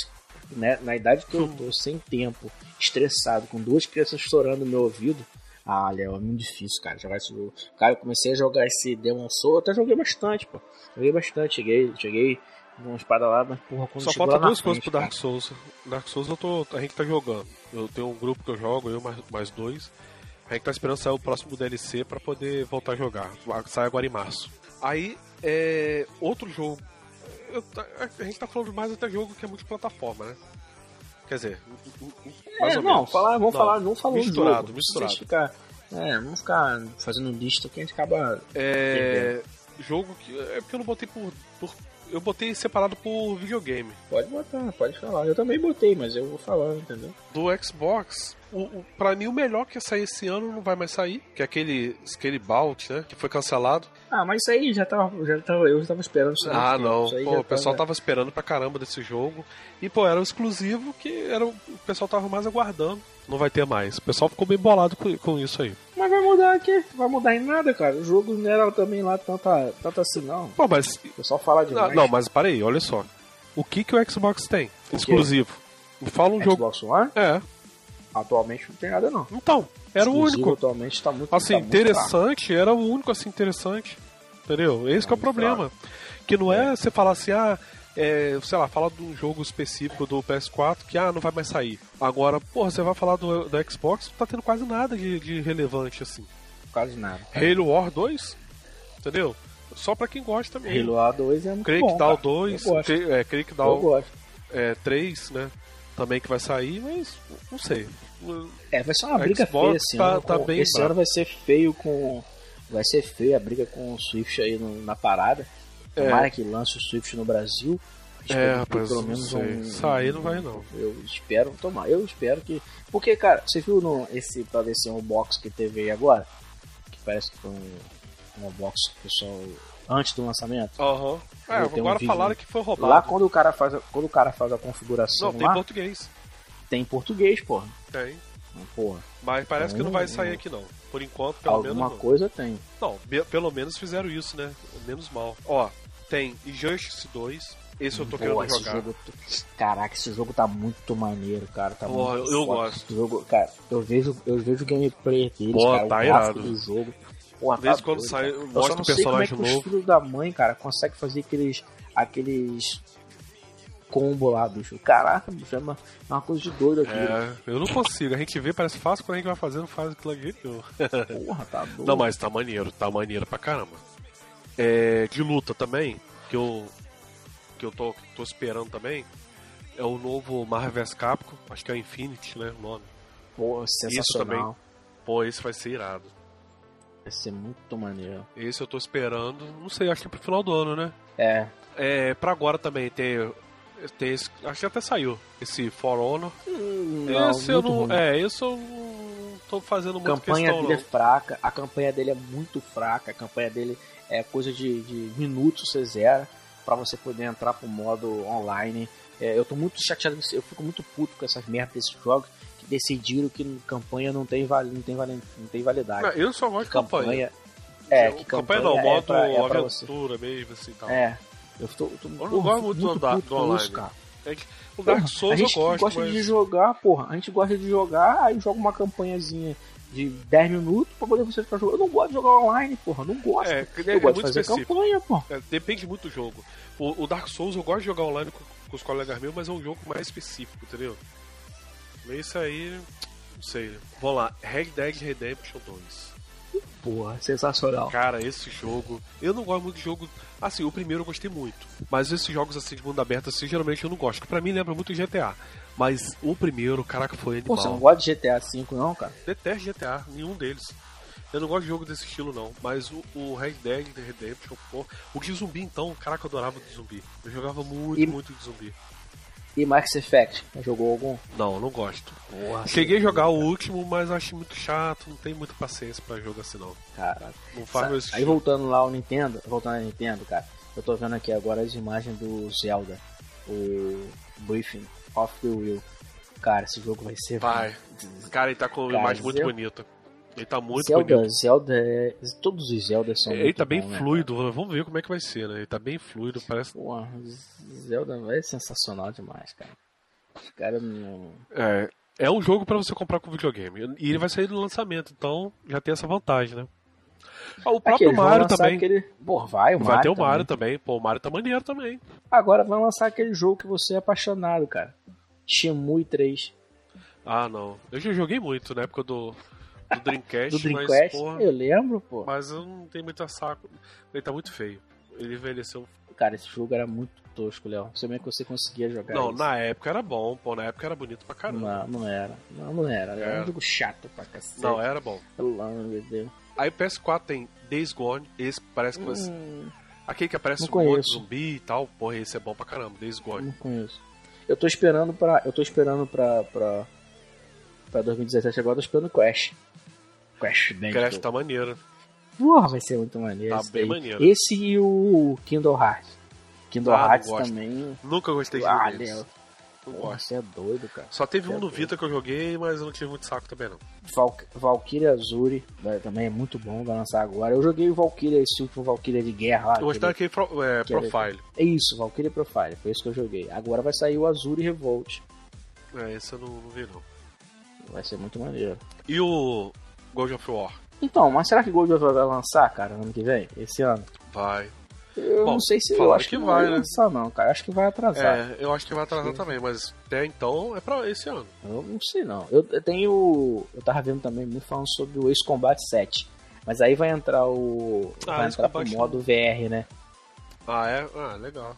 S5: né, na idade que eu tô, sem tempo, estressado, com duas crianças estourando no meu ouvido, ah, Léo, é muito difícil, cara, jogar esse jogo. Cara, eu comecei a jogar esse Demon Soul, eu até joguei bastante, pô. Joguei bastante, cheguei, cheguei numa espada lá, mas porra, quando
S7: Só
S5: chegou
S7: falta
S5: lá na
S7: duas coisas
S5: frente,
S7: pro Dark Souls. Dark Souls eu tô. A gente tá jogando. Eu tenho um grupo que eu jogo, eu mais, mais dois. A gente tá esperando sair o próximo DLC pra poder voltar a jogar. Sai agora em março. Aí, é. Outro jogo. Eu tá- a gente tá falando mais até jogo que é multiplataforma, né? Quer dizer, um- um- um- mais
S5: É,
S7: ou
S5: não,
S7: menos.
S5: falar, vamos
S7: Não,
S5: falar, vamos falar
S7: misturado,
S5: um jogo.
S7: misturado.
S5: Vocês ficar, é, vamos ficar fazendo lista que a gente acaba
S7: É. Jogo que. É porque eu não botei por. por- eu botei separado por videogame.
S5: Pode botar, pode falar. Eu também botei, mas eu vou falar, entendeu?
S7: do Xbox, o, o, pra mim o melhor que ia sair esse ano não vai mais sair, que é aquele, aquele Bout, né? Que foi cancelado.
S5: Ah, mas isso aí já tava, já tava, eu já tava esperando isso. há muito
S7: ah,
S5: tempo.
S7: não.
S5: Isso aí
S7: Pô,
S5: já tá, né?
S7: o pessoal tá- tava esperando pra caramba desse jogo. E, pô, era um exclusivo que era, o o pessoal tava mais aguardando. Não vai ter mais. O pessoal ficou bem bolado com, com isso aí.
S5: Mas vai mudar aqui, vai mudar em nada, cara. O jogo não era também lá tanta, tanta assim, não.
S7: Pô, mas.
S5: O pessoal fala
S7: Não,
S5: demais.
S7: não, mas para aí, olha só. O que, que o Xbox tem? Exclusivo. Me fala um jogo.
S5: Xbox One,
S7: É,
S5: atualmente não tem nada, não.
S7: então. Era o
S5: Exclusivo
S7: único.
S5: Atualmente tá muito
S7: assim,
S5: tá muito fraco.
S7: interessante, era o único assim interessante. Entendeu? Esse que é o
S5: Muito
S7: problema. Que não é você falar assim, ah, é, sei lá, fala de um jogo específico do PS4 que ah, não vai mais sair. Agora, porra, você vai falar do, do Xbox, não tá tendo quase nada de, de relevante assim.
S5: Quase nada.
S7: Halo War 2, entendeu? só pra quem gosta mesmo.
S5: Halo A2 é muito
S7: Creio
S5: bom.
S7: que dá o
S5: cara.
S7: 2,
S5: Eu gosto.
S7: é, creio que dá
S5: Eu
S7: o
S5: gosto.
S7: 3, né? Também que vai sair, mas não sei.
S5: É, vai ser uma briga
S7: Xbox
S5: feia esse
S7: tá-
S5: ano.
S7: tá
S5: com-
S7: bem
S5: esse
S7: bravo.
S5: ano vai ser feio com. Vai ser feia a briga com o Swift aí no- na parada.
S7: É.
S5: Tomara que lance o Swift no Brasil.
S7: É,
S5: que
S7: rapaz, não sei. Sair não vai, não.
S5: um- Eu espero tomar. Eu espero que. Porque, cara, você viu no, esse parecer um box que teve aí agora? Que parece que foi um, um box que o pessoal. Antes do lançamento.
S7: Aham. É,
S5: Eu tenho um
S7: agora
S5: vídeo
S7: falaram
S5: no-
S7: que foi
S5: Lá
S7: roubado.
S5: quando o cara faz a, quando o cara faz a configuração
S7: Não, tem
S5: lá,
S7: português.
S5: tem português, porra.
S7: Tem.
S5: Porra,
S7: Mas parece que não vai sair aqui, não. Por enquanto, pelo menos.
S5: alguma
S7: não.
S5: coisa tem.
S7: Não, be- pelo menos fizeram isso, né? Menos mal. Ó, tem Injustice 2. Esse eu tô
S5: Pô,
S7: querendo
S5: esse
S7: jogar.
S5: jogo. Caraca, esse jogo tá muito maneiro, cara. Tá
S7: Pô,
S5: muito
S7: eu
S5: foda.
S7: gosto.
S5: Esse jogo, cara, eu vejo, eu vejo o gameplay deles,
S7: Pô,
S5: cara,
S7: tá
S5: o gráfico
S7: irado.
S5: do jogo. Pô,
S7: De vez em
S5: tá
S7: quando
S5: doido,
S7: sai-
S5: cara.
S7: mostra
S5: eu só
S7: um
S5: não sei como é
S7: personagem
S5: que
S7: novo.
S5: os filhos da mãe, cara, consegue fazer aqueles aqueles combo lá, bicho. Caraca, bicho, é uma, é uma coisa de doido aqui. né?
S7: É, eu não consigo. A gente vê, parece fácil, quando a gente vai fazendo, faz aquilo aqui. eu-
S5: Porra, tá doido.
S7: Não, mas tá maneiro, tá maneiro pra caramba. É, de luta também, que eu, que eu tô, tô esperando também, é o novo Marvel vs Capcom, acho que é Infinity, né, o nome.
S5: Pô, sensacional.
S7: Pô, esse vai ser irado.
S5: Vai ser muito maneiro.
S7: Esse eu tô esperando, não sei, acho que é pro final do ano, né?
S5: É,
S7: É, pra agora também tem, tem esse, acho que até saiu, esse For Honor.
S5: Não,
S7: Hum, esse eu
S5: muito
S7: não,
S5: ruim.
S7: é, esse eu não tô fazendo
S5: a
S7: muita
S5: campanha
S7: questão,
S5: dele é
S7: não.
S5: fraca, a campanha dele é muito fraca, a campanha dele é coisa de, de minutos, você zera, pra você poder entrar pro modo online. É, eu tô muito chateado, com isso, eu fico muito puto com essas merdas desses jogos que decidiram que campanha não tem, vali, não tem, vali, não tem validade.
S7: Não, Eu só gosto de campanha.
S5: É, que campanha,
S7: campanha não,
S5: é
S7: modo
S5: pra, é pra você.
S7: aventura mesmo, assim, tal.
S5: É, eu tô, eu tô
S7: não
S5: porra,
S7: gosto
S5: fico
S7: muito do andar-
S5: puto
S7: do
S5: com
S7: online.
S5: isso, cara.
S7: É que o
S5: Porra,
S7: Dark Souls
S5: a gente
S7: eu gosto,
S5: gosta
S7: mas...
S5: de jogar, porra. A gente gosta de jogar, aí joga uma campanhazinha de 10 minutos pra poder você ficar jogando. Eu não gosto de jogar online, porra. eu Não gosto.
S7: É, que é-
S5: eu
S7: é
S5: gosto
S7: muito
S5: de fazer
S7: específico.
S5: campanha, porra.
S7: É, depende muito do jogo. O, o Dark Souls eu gosto de jogar online com, com os colegas meus, mas é um jogo mais específico, entendeu? Isso aí, não sei. Vamos lá, Red Dead Redemption 2.
S5: Porra, sensacional.
S7: Cara, esse jogo. Eu não gosto muito de jogo. Assim, o primeiro eu gostei muito. Mas esses jogos assim de mundo aberto, assim, geralmente eu não gosto. Que pra mim lembra muito GTA. Mas o primeiro, caraca, foi
S5: Pô,
S7: animal.
S5: você não gosta de GTA V, não, cara?
S7: detesto GTA, nenhum deles. Eu não gosto de jogo desse estilo, não. Mas o, o Red Dead Redemption, pô. O de zumbi, então, caraca, eu adorava de zumbi. Eu jogava muito,
S5: E-
S7: muito de zumbi.
S5: E Max Effect? Já Jogou algum?
S7: Não, não gosto.
S5: Porra.
S7: Cheguei a
S5: é.
S7: jogar o último, mas achei muito chato. Não tenho muita paciência pra jogo assim, não.
S5: Cara,
S7: Não faz meu
S5: aí
S7: estilo.
S5: voltando lá ao Nintendo, voltando ao Nintendo, cara, eu tô vendo aqui agora as imagens do Zelda, o Briefing of the Will. Cara, esse jogo vai ser.
S7: Vai. Cara, ele tá com uma
S5: Cara,
S7: imagem muito
S5: Zelda-
S7: bonita. Ele tá muito
S5: Zelda,
S7: bonito.
S5: Zelda é... Todos os Zeldas são
S7: Ele
S5: muito
S7: tá bem
S5: bom, né,
S7: fluido. Vamos ver como é que vai ser, né? Ele tá bem fluido. Parece.
S5: Pô, Zelda é sensacional demais, cara. Os caras não.
S7: É, é um jogo pra você comprar com videogame. E ele vai sair do lançamento, então já tem essa vantagem, né? Ah, o
S5: Aqui,
S7: próprio
S5: É eles vão
S7: Mario
S5: lançar
S7: também.
S5: Aquele... Pô, vai, o
S7: Vai
S5: Mario.
S7: ter o
S5: também.
S7: Mario também. Pô, o Mario tá maneiro também.
S5: Agora vai lançar aquele jogo que você é apaixonado, cara. Shemui 3
S7: Ah, não. Eu já joguei muito na época do, do Dreamcast,
S5: do
S7: mas,
S5: Dreamcast.
S7: porra,
S5: Eu lembro, pô.
S7: mas eu não tenho muito saco. Ele tá muito feio. Ele envelheceu.
S5: Cara, esse jogo era muito tosco, Léo. Não sei como é que você conseguia jogar
S7: não,
S5: isso.
S7: na época era bom, pô. Na época era bonito pra caramba.
S5: Não, não era. Não, não era. Era
S7: Era.
S5: um jogo chato pra cacete.
S7: Não, é. era bom.
S5: Pelo amor de Deus.
S7: Aí o PS4 tem Days Gone. Esse parece que vai ser.
S5: Hum,
S7: Aquele que aparece
S5: não
S7: um monte de
S5: conheço. Hum,
S7: zumbi e tal. Porra, esse é bom pra caramba. Days Gone.
S5: não conheço. Eu tô esperando pra. Eu tô esperando pra. pra, pra 2017 agora, eu tô esperando Crash. Crash
S7: Crash
S5: Bandicoot.
S7: tá maneiro.
S5: Porra, vai ser muito maneiro.
S7: Tá
S5: esse
S7: bem
S5: daí.
S7: maneiro.
S5: Esse e o Kindle Hearts. Kindle
S7: Ah, não
S5: Hearts
S7: gosto.
S5: também.
S7: Nunca gostei de
S5: Ah,
S7: nenhum deles.
S5: Léo.
S7: Não
S5: Porra,
S7: gosto.
S5: você é doido, cara.
S7: Só teve um
S5: é
S7: no
S5: doido.
S7: Vita que eu joguei, mas eu não tive muito saco também,
S5: Ah,
S7: não.
S5: Val Valkyria Azuri vai- também é muito bom, vai lançar agora. Eu joguei o Valkyria, esse último Valkyria de guerra. lá,
S7: Eu gostei
S5: aquele-
S7: daquele pro- é,
S5: que era-
S7: Profile.
S5: É isso, Valkyria Profile, foi isso que eu joguei. Agora vai sair o Azuri Revolt.
S7: É, esse eu não, não vi, não.
S5: Vai ser muito maneiro.
S7: E o God of War?
S5: Então, mas será que Gold of War vai lançar, cara, ano que vem? Esse ano?
S7: Vai.
S5: Eu
S7: Bom,
S5: não sei se eu
S7: falaram
S5: acho
S7: que
S5: que,
S7: vai,
S5: vai
S7: né?
S5: lançar, não, cara. Acho que vai atrasar.
S7: É, eu acho que vai atrasar também, mas até então é pra esse ano.
S5: Eu não sei não. Eu eu tenho. Eu tava vendo também muito falando sobre o Ace Combat 7. Mas aí vai entrar o.
S7: Ah,
S5: vai
S7: esse
S5: entrar pro
S7: combate
S5: modo VR, né?
S7: Ah, é? Ah, legal.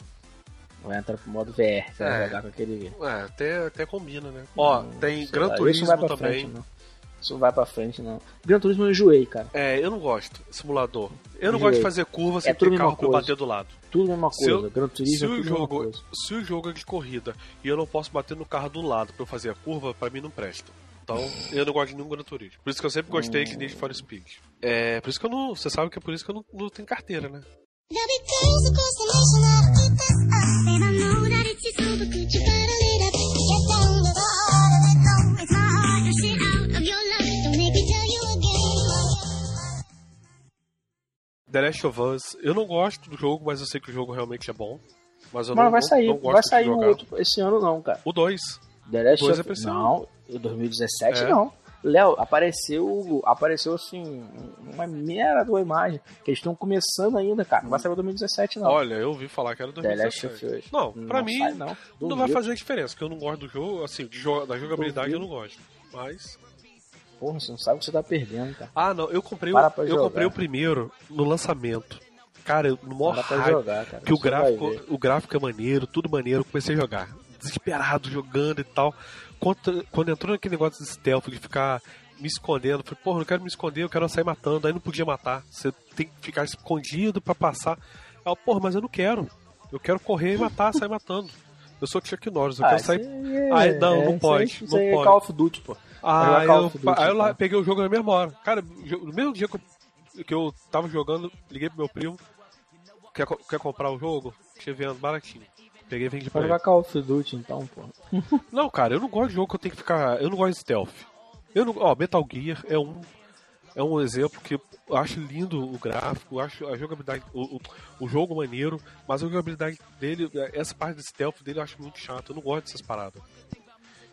S5: Vai entrar pro modo VR. Você vai
S7: É.
S5: jogar com aquele. Hum,
S7: É, até, até combina, né? Ó, tem
S5: sei
S7: Gran
S5: lá, isso
S7: Turismo
S5: não vai pra
S7: também.
S5: Frente, né? não. Isso não vai pra frente, não. Gran Turismo eu enjoei, cara.
S7: É, eu não gosto. Simulador. Eu
S5: Direito.
S7: não gosto de fazer curva sem
S5: É tudo a
S7: ter carro
S5: mesma
S7: pra
S5: coisa.
S7: bater do lado.
S5: Tudo a mesma
S7: Se eu-
S5: coisa. Gran
S7: Se
S5: Turismo é
S7: o,
S5: tudo a mesma
S7: jogo,
S5: coisa.
S7: se o jogo é de corrida e eu não posso bater no carro do lado pra eu fazer a curva, pra mim não presta. Então, eu não gosto de nenhum Gran Turismo. Por isso que eu sempre gostei de Need
S5: Hum.
S7: for Speed. É, por isso que eu não... Você sabe que é por isso que eu não, não tenho carteira, né?
S8: Now becomes a constellation of eaters up. ah, And I know that it's your soul, but could you gotta let up? Get down, it's so hard to let go. It's my heart, that shit out of your luck. Don't make me tell you again.
S7: The Last of Us, eu não gosto do jogo, mas eu sei que o jogo realmente é bom. Mas eu
S5: Mas
S7: não,
S5: vai
S7: não-
S5: sair,
S7: não
S5: não
S7: gosto
S5: vai
S7: de
S5: sair o
S7: jogar.
S5: outro esse ano, não, cara.
S7: O 2.
S5: The Last
S7: Dois é
S5: of...
S7: pra esse
S5: Não, em 2017
S7: É.
S5: não. Léo, apareceu, apareceu assim, uma mera de uma imagem, que eles estão começando ainda, cara. Não vai sair em 2017 não.
S7: Olha, eu ouvi falar que era
S5: The Last of
S7: 2017.
S5: Us.
S7: Não, pra mim
S5: sai,
S7: não,
S5: Duvido.
S7: vai fazer diferença, porque eu não gosto do jogo, assim, de jo- da jogabilidade eu não gosto. Mas
S5: Porra, você não sabe o que você tá perdendo, cara.
S7: Ah, não, eu comprei
S5: Para
S7: o
S5: pra
S7: eu
S5: jogar.
S7: comprei o primeiro no lançamento. Cara, eu- no maior
S5: Dá pra
S7: hype,
S5: jogar, cara.
S7: que o
S5: Você vai
S7: gráfico,
S5: ver.
S7: o gráfico é maneiro, tudo maneiro, eu comecei a jogar. Desesperado, jogando e tal. Quando, quando entrou naquele negócio de stealth, de ficar me escondendo, eu falei, porra, não quero me esconder, eu quero sair matando, aí não podia matar. Você tem que ficar escondido pra passar. Aí eu, porra, mas eu não quero. Eu quero correr e matar, sair matando. Eu sou Chuck Norris, eu
S5: Ah,
S7: quero sair.
S5: isso aí é-
S7: Ah, não, não
S5: isso aí-
S7: pode,
S5: Isso
S7: não
S5: aí é
S7: pode.
S5: Call of Duty, pô.
S7: Ah,
S5: Vai jogar Call
S7: eu,
S5: of Duty,
S7: aí eu lá,
S5: então.
S7: peguei o jogo na mesma hora. Cara, jo- no mesmo dia que eu, que eu tava jogando, liguei pro meu primo. Quer, co- quer comprar o jogo? Tinha vendo baratinho. Peguei e vendi pra
S5: Vai
S7: ele.
S5: jogar Call of Duty então, pô.
S7: Não, cara, eu não gosto de jogo que eu tenho que ficar. Eu não gosto de stealth. Eu não, ó, Metal Gear é um, é um exemplo que eu acho lindo o gráfico, eu acho a jogabilidade, o, o, o jogo maneiro, mas a jogabilidade dele, essa parte de stealth dele eu acho muito chato. Eu não gosto dessas paradas.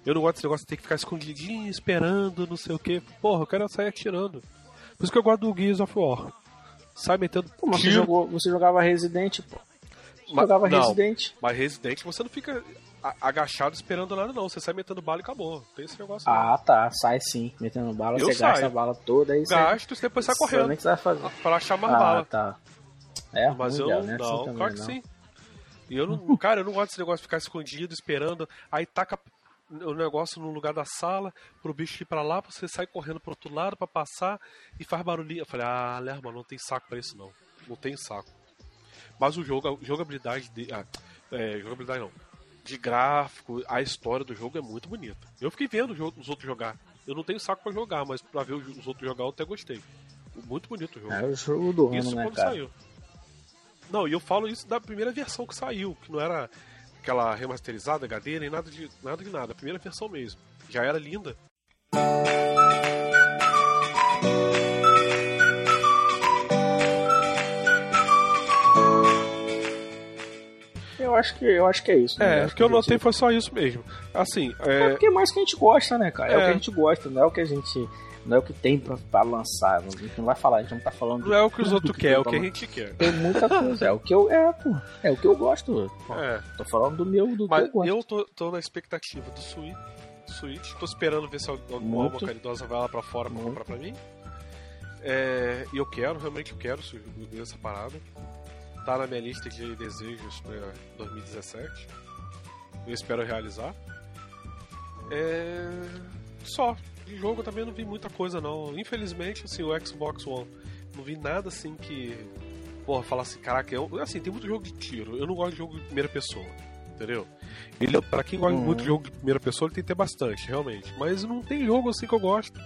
S7: Eu não gosto desse negócio de ter que ficar escondidinho, esperando, não sei o que. Porra, eu quero sair atirando. Por isso que eu gosto do Gears of War. Sai metendo.
S5: Pô, mas você,
S7: tiro,
S5: jogou, você jogava Resident, pô. Você
S7: Mas-
S5: jogava
S7: não.
S5: Resident.
S7: Mas Resident você não fica a- agachado esperando nada, não. Você sai metendo bala e acabou. Não Tem esse negócio. não.
S5: Ah, tá. Sai sim. Metendo bala,
S7: Eu
S5: você gasta
S7: saio.
S5: a bala toda e você...
S7: gasto e depois sai
S5: Sabe nem o
S7: correndo
S5: que você vai fazer.
S7: pra achar mais
S5: é ah,
S7: bala.
S5: tá. É,
S7: Mas eu
S5: ruim, Léo,
S7: não,
S5: né? Assim também
S7: claro que
S5: não.
S7: sim. E eu não, cara, eu não gosto desse negócio de ficar escondido, esperando, aí taca o negócio no lugar da sala, pro bicho ir pra lá, você sai correndo pro outro lado pra passar e faz barulhinho. Eu falei, ah, Lerma, não tem saco pra isso não. Não tem saco. Mas o jogo, a jogabilidade de. Ah, é, jogabilidade não. De gráfico, a história do jogo é muito bonita. Eu fiquei vendo o jogo- os outros jogar. Eu não tenho saco pra jogar, mas pra ver os outros jogar eu até gostei. Muito bonito o jogo.
S5: É o jogo do ano,
S7: Isso
S5: né,
S7: quando
S5: cara?
S7: saiu. Não, e eu falo isso da primeira versão que saiu, que não era aquela remasterizada HD, nem nada de nada de nada, a primeira versão mesmo. Já era linda.
S5: Eu acho que, eu acho que é isso. né?
S7: É,
S5: acho
S7: o que eu
S5: a gente-
S7: notei foi só isso mesmo. Assim,
S5: É
S7: é,
S5: porque é mais que a gente gosta, né, cara? É, o
S7: É.
S5: que a gente gosta, não é o que a gente... Não é o que tem pra, pra lançar. A gente não vai falar, a gente não tá falando...
S7: não é o que os outros querem, é o que a
S5: tem
S7: gente quer.
S5: Tem muita coisa. É o que eu... É, pô. É o que eu gosto. Pô,
S7: É,
S5: Tô falando do meu, do que
S7: mas
S5: eu gosto.
S7: eu tô, tô na expectativa do Switch, Switch, tô esperando ver se alguma
S5: Muito.
S7: alma caridosa vai lá pra fora pra
S5: Muito.
S7: comprar pra mim. É, e eu quero, realmente eu quero subir essa parada. Tá na minha lista de desejos pra 2017. Eu espero realizar. É... Só. De jogo eu também não vi muita coisa não. Infelizmente, assim, o Xbox One. Não vi nada assim que. Porra, falar assim, caraca, eu... assim, tem muito jogo de tiro. Eu não gosto de jogo de primeira pessoa. Entendeu? Ele, é pra quem gosta muito de jogo de primeira pessoa, ele tem que ter bastante, realmente. Mas não tem jogo assim que eu gosto.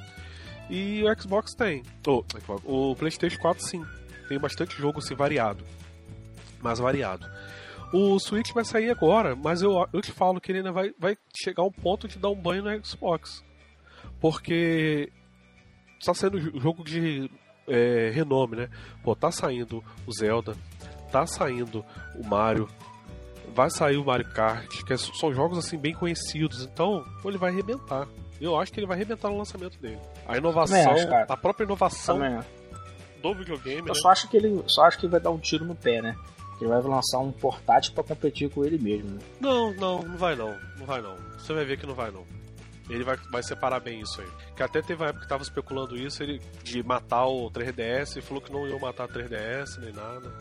S7: E o Xbox tem. Ô, Xbox, o Playstation 4 sim. Tem bastante jogo assim variado. Mas variado. O Switch vai sair agora, mas eu, eu te falo que ele ainda vai, vai chegar um ponto de dar um banho no Xbox. Porque tá saindo jo- jogo de é, renome, né? Pô, tá saindo o Zelda, tá saindo o Mario, vai sair o Mario Kart, que é- são jogos assim bem conhecidos, então pô, ele vai arrebentar. Eu acho que ele vai arrebentar no lançamento dele. A inovação,
S5: Também acho, cara.
S7: a própria inovação
S5: Também, né?
S7: do videogame, né?
S5: Eu só acho que ele... Só acho que ele vai dar um tiro no pé, né? Que ele vai lançar um portátil pra competir com ele mesmo, né?
S7: Não, não, não vai não. Não vai não. Você vai ver que não vai não. Ele vai, vai separar bem isso aí. Que até teve uma época que tava especulando isso, ele de matar o 3DS, e falou que não iam matar o 3DS nem nada.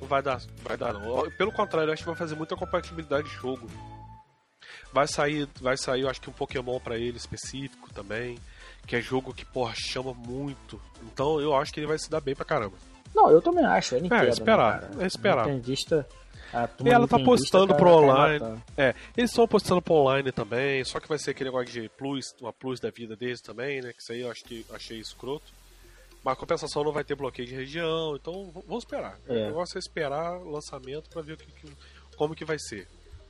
S7: Não vai dar, vai dar não. Pelo contrário, eu acho que vai fazer muita compatibilidade de jogo. Vai sair, vai sair, eu acho que um Pokémon pra ele específico também, que é jogo que, porra, chama muito. Então eu acho que ele vai se dar bem pra caramba.
S5: Não, eu também acho. É, Nintendo,
S7: É, esperar,
S5: né,
S7: é esperar.
S5: Nintendista, a turma
S7: E ela tá
S5: nintendista
S7: postando
S5: tá-
S7: pro
S5: tá
S7: online.
S5: matando.
S7: É, eles estão postando pro online também, só que vai ser aquele negócio de plus, uma plus da vida deles também, né? Que isso aí eu acho que achei escroto. Mas a compensação não vai ter bloqueio de região, então v- vamos esperar.
S5: É.
S7: O negócio é esperar o lançamento pra ver o que, que- como que vai ser.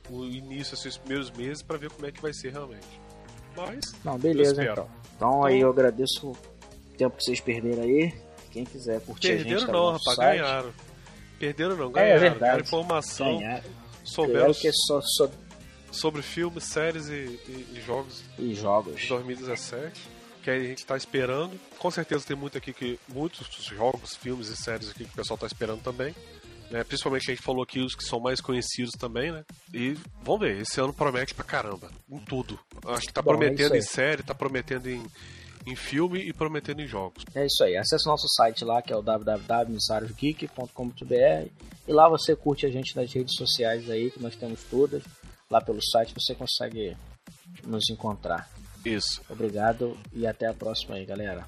S7: O início, assim, os primeiros meses, pra ver como é que vai ser realmente. Mas,
S5: Não,
S7: Eu
S5: beleza
S7: espero.
S5: então. Então aí eu agradeço o tempo que vocês perderam aí. Quem quiser curtir a
S7: perderam
S5: gente, tá
S7: não,
S5: no nosso
S7: rapaz,
S5: site. É,
S7: ganharam. Perderam não, ganharam.
S5: verdade.
S7: Deram informação,
S5: Ganharam.
S7: souberam
S5: Ganharam que é só, só
S7: sobre filmes, séries e- e- e jogos
S5: e jogos.
S7: 2017, que a gente tá esperando. Com certeza tem muito aqui que muitos jogos, filmes e séries aqui que o pessoal tá esperando também. Né? Principalmente a gente falou aqui os que são mais conhecidos também, né? E vamos ver, esse ano promete pra caramba. Em tudo. Acho que tá
S5: Bom, é isso
S7: prometendo
S5: aí.
S7: em série, tá prometendo em, em filme e prometendo em jogos.
S5: É isso aí. Acesse o nosso site lá, que é o www.missariosgeek.com.br e lá você curte a gente nas redes sociais aí, que nós temos todas. Lá pelo site você consegue nos encontrar.
S7: Isso.
S5: Obrigado e até a próxima aí, galera.